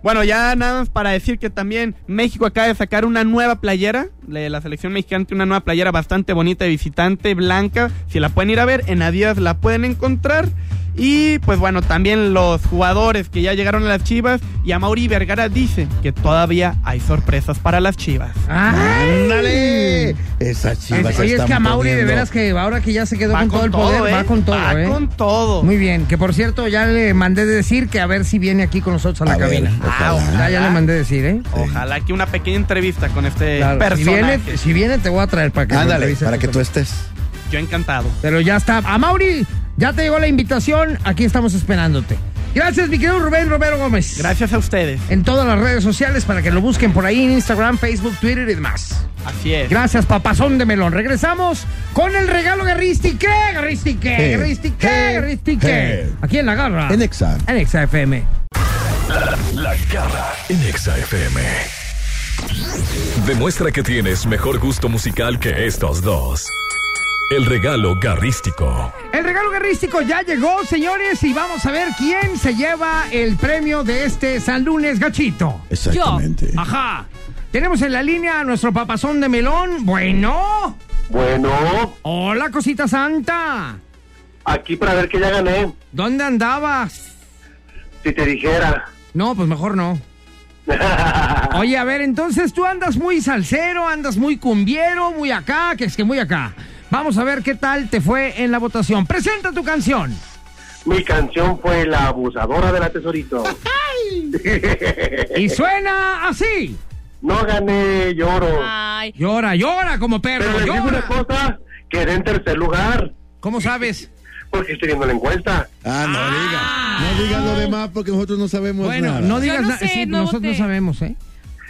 [SPEAKER 8] Bueno, ya nada más para decir que también México acaba de sacar una nueva playera. La, la selección mexicana tiene una nueva playera bastante bonita de visitante, blanca. Si la pueden ir a ver, en Adidas la pueden encontrar. Y pues bueno, también los jugadores que ya llegaron a las Chivas y a Mauri Vergara dice que todavía hay sorpresas para las Chivas.
[SPEAKER 3] ¡Ándale! Esas chivas
[SPEAKER 2] Es- Oye, es
[SPEAKER 3] están
[SPEAKER 2] que a Mauri, de
[SPEAKER 3] poniendo-
[SPEAKER 2] veras que ahora que ya se quedó
[SPEAKER 8] Va
[SPEAKER 2] con todo el poder,
[SPEAKER 8] ¿eh?
[SPEAKER 2] va con todo,
[SPEAKER 8] Va
[SPEAKER 2] ¿eh?
[SPEAKER 8] con todo.
[SPEAKER 2] Muy bien, que por cierto, ya le mandé decir que a ver si viene aquí con nosotros a la Ah,
[SPEAKER 3] A ver,
[SPEAKER 2] cabina.
[SPEAKER 3] ojalá.
[SPEAKER 2] Ya,
[SPEAKER 8] Ah.
[SPEAKER 2] ya le mandé decir, ¿eh?
[SPEAKER 8] Ojalá que una pequeña entrevista con este
[SPEAKER 2] Claro, Si
[SPEAKER 8] personaje.
[SPEAKER 2] viene, si viene, te voy a traer para que lo
[SPEAKER 3] Ándale,
[SPEAKER 2] entrevistes
[SPEAKER 3] para que tú estés.
[SPEAKER 8] Yo encantado.
[SPEAKER 2] Pero ya está. A Mauri, ya te llegó la invitación. Aquí estamos esperándote. Gracias, mi querido Rubén Romero Gómez.
[SPEAKER 8] Gracias a ustedes.
[SPEAKER 2] En todas las redes sociales para que lo busquen por ahí en Instagram, Facebook, Twitter y demás.
[SPEAKER 8] Así es.
[SPEAKER 2] Gracias, papazón de melón. Regresamos con el regalo Garristi. ¿Qué? Garristi, ¿qué?
[SPEAKER 3] Eh,
[SPEAKER 2] Garristi, ¿qué?
[SPEAKER 3] eh,
[SPEAKER 2] Garristi, ¿qué?
[SPEAKER 3] eh.
[SPEAKER 2] Aquí en la garra.
[SPEAKER 3] En Exa.
[SPEAKER 2] En Exa FM.
[SPEAKER 7] La garra en Exa FM. Demuestra que tienes mejor gusto musical que estos dos. El regalo garrístico.
[SPEAKER 2] El regalo garrístico ya llegó, señores, y vamos a ver quién se lleva el premio de este San Lunes Gachito.
[SPEAKER 3] Exactamente.
[SPEAKER 2] Ajá. Tenemos en la línea a nuestro papazón de melón. Bueno.
[SPEAKER 6] Bueno,
[SPEAKER 2] Hola, cosita santa.
[SPEAKER 6] aquí para ver que ya gané.
[SPEAKER 2] ¿Dónde andabas?
[SPEAKER 6] Si te dijera.
[SPEAKER 2] No, pues mejor no. Oye, a ver, entonces tú andas muy salsero, andas muy cumbiero, muy acá, que es que muy acá. Vamos a ver qué tal te fue en la votación. Presenta tu canción.
[SPEAKER 6] Mi canción fue La abusadora de la tesorito.
[SPEAKER 2] Y suena así.
[SPEAKER 6] No gané, lloro.
[SPEAKER 4] Ay,
[SPEAKER 2] Llora, llora como perro,
[SPEAKER 6] Pero les digo
[SPEAKER 2] Ah, llora.
[SPEAKER 6] una cosa, quedé en tercer lugar.
[SPEAKER 2] ¿Cómo sabes?
[SPEAKER 6] Porque estoy viendo la encuesta.
[SPEAKER 3] Ah, no
[SPEAKER 2] Ah.
[SPEAKER 3] digas. No digas lo demás porque nosotros no sabemos
[SPEAKER 2] Bueno,
[SPEAKER 3] Pues nada.
[SPEAKER 2] no digas
[SPEAKER 4] no
[SPEAKER 2] nada.
[SPEAKER 4] sé,
[SPEAKER 2] sí,
[SPEAKER 4] no
[SPEAKER 2] nosotros
[SPEAKER 4] voté.
[SPEAKER 2] no sabemos, ¿eh?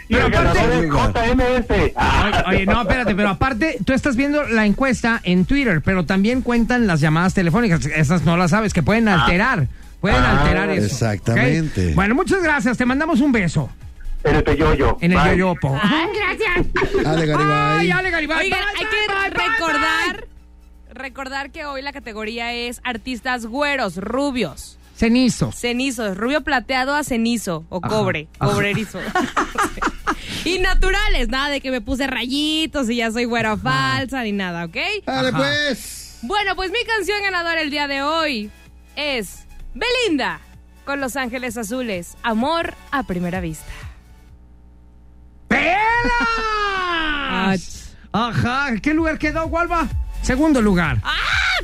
[SPEAKER 6] Y
[SPEAKER 2] Pero
[SPEAKER 6] el ganador
[SPEAKER 2] aparte-
[SPEAKER 6] es JMS. Ah,
[SPEAKER 2] Oye, no, espérate, pero aparte, tú estás viendo la encuesta en Twitter, pero también cuentan las llamadas telefónicas. Esas no las sabes, que pueden alterar. Pueden
[SPEAKER 6] Ah,
[SPEAKER 2] alterar eso. ¿ok?
[SPEAKER 3] exactamente.
[SPEAKER 2] Bueno, muchas gracias. Te mandamos un beso
[SPEAKER 6] en el Peyoyo.
[SPEAKER 2] en el
[SPEAKER 6] Bye.
[SPEAKER 2] yoyopo.
[SPEAKER 3] Ale Garibay.
[SPEAKER 2] Ay, Ale Garibay.
[SPEAKER 4] Oigan,
[SPEAKER 2] Bye,
[SPEAKER 4] hay
[SPEAKER 2] bye, bye,
[SPEAKER 4] que
[SPEAKER 2] bye,
[SPEAKER 4] recordar,
[SPEAKER 2] bye.
[SPEAKER 4] recordar que hoy la categoría es artistas güeros, rubios,
[SPEAKER 2] Cenizos.
[SPEAKER 4] cenizos, rubio plateado a cenizo o cobre, cobrerizo. y naturales, nada de que me puse rayitos y ya soy güera falsa ni nada, ¿ok?
[SPEAKER 3] Ale, pues.
[SPEAKER 4] Bueno, pues mi canción ganadora el día de hoy es Belinda con Los Ángeles Azules, Amor a Primera Vista.
[SPEAKER 2] ¡Pelas! Ajá, ¿qué lugar quedó, Gualba? Segundo lugar.
[SPEAKER 4] ¡Ah,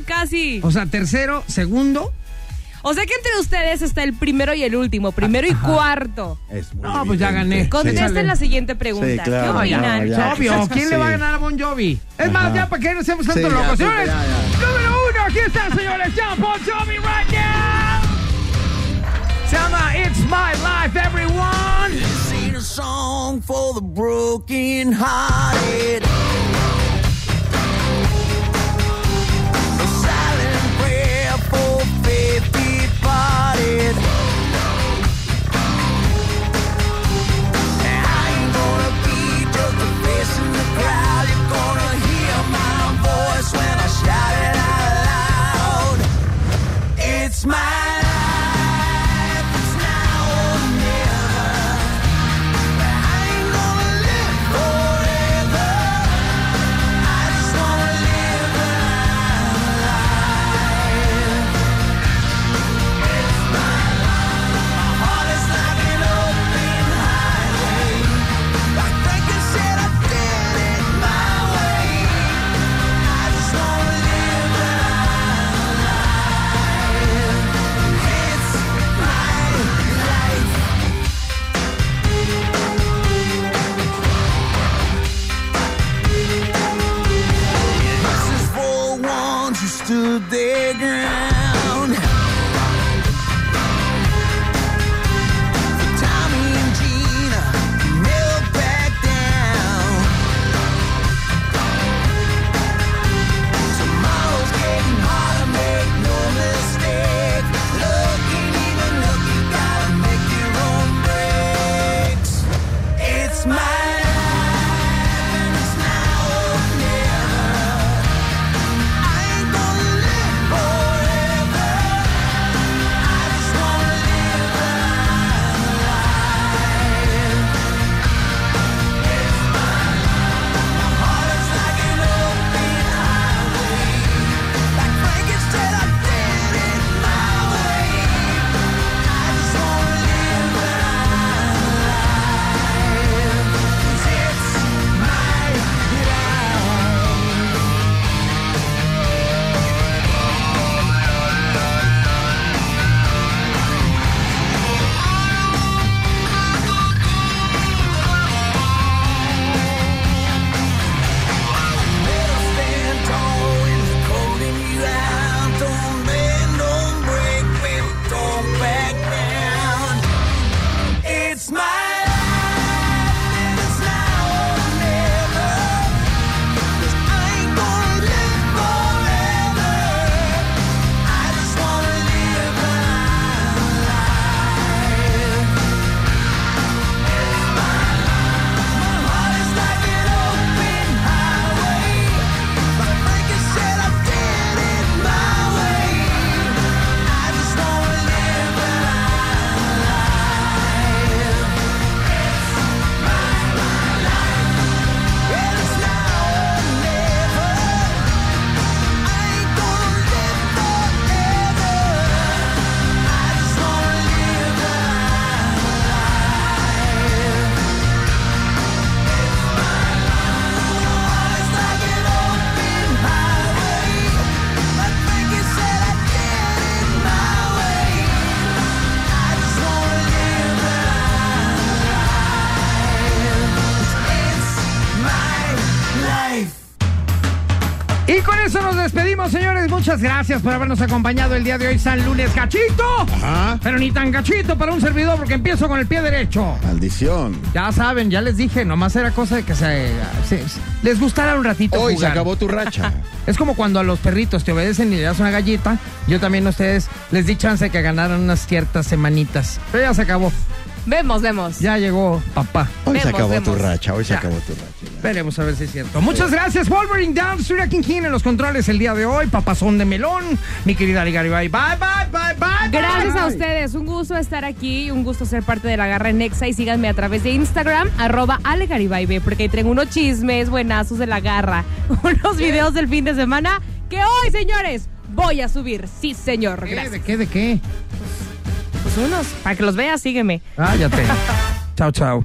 [SPEAKER 4] casi!
[SPEAKER 2] O sea, tercero, segundo.
[SPEAKER 4] O sea que entre ustedes está el primero y el último, primero y cuarto.
[SPEAKER 3] Es muy
[SPEAKER 2] No, pues ya
[SPEAKER 3] evidente.
[SPEAKER 2] gané.
[SPEAKER 4] Contesten
[SPEAKER 2] Échale.
[SPEAKER 4] la siguiente pregunta.
[SPEAKER 3] Sí, claro,
[SPEAKER 4] ¿Qué opinan?
[SPEAKER 3] no, ya.
[SPEAKER 2] Obvio, ¿quién le va a
[SPEAKER 3] Sí.
[SPEAKER 2] ganar a Bon Jovi? Es más, ya para que no seamos tanto
[SPEAKER 3] Sí, ya,
[SPEAKER 2] locos,
[SPEAKER 3] sí,
[SPEAKER 2] señores.
[SPEAKER 3] ya, ya.
[SPEAKER 2] Número uno, aquí está, señores. Ya, Bon Jovi right now. Se llama It's My Life, everyone.
[SPEAKER 9] Forever.
[SPEAKER 2] nos despedimos, señores. Muchas gracias por habernos acompañado el día de hoy, San Lunes Gachito.
[SPEAKER 3] Ajá.
[SPEAKER 2] Pero ni tan gachito para un servidor porque empiezo con el pie derecho.
[SPEAKER 3] Maldición.
[SPEAKER 2] Ya saben, ya les dije, nomás era cosa de que se, se- se- les gustara un ratito
[SPEAKER 3] Hoy se
[SPEAKER 2] jugar.
[SPEAKER 3] acabó tu racha.
[SPEAKER 2] Es como cuando a los perritos te obedecen y le das una galleta. Yo también a ustedes les di chance de que ganaran unas ciertas semanitas. Pero ya se acabó.
[SPEAKER 4] Vemos, vemos.
[SPEAKER 2] Ya llegó papá.
[SPEAKER 3] Hoy se
[SPEAKER 4] Vemos,
[SPEAKER 3] acabó tu
[SPEAKER 4] vemos.
[SPEAKER 3] racha. Hoy se
[SPEAKER 2] Ya.
[SPEAKER 3] acabó tu racha.
[SPEAKER 2] Veremos a ver si es cierto. Muchas gracias, Wolverine Down, Surya King King en los controles el día de hoy. Papazón de melón. Mi querida Ari Garibay. Bye, bye, bye, bye. bye.
[SPEAKER 4] Gracias a ustedes, un gusto estar aquí, un gusto ser parte de la garra en Nexa y síganme a través de Instagram, arroba alegaribaibe, porque ahí tengo unos chismes buenazos de la garra, unos videos del fin de semana que hoy, señores, voy a subir. Sí, señor.
[SPEAKER 2] ¿Qué? ¿De
[SPEAKER 4] Gracias.
[SPEAKER 2] qué? ¿De qué?
[SPEAKER 4] Pues unos, para que los veas, sígueme.
[SPEAKER 2] Cállate. chao, chao.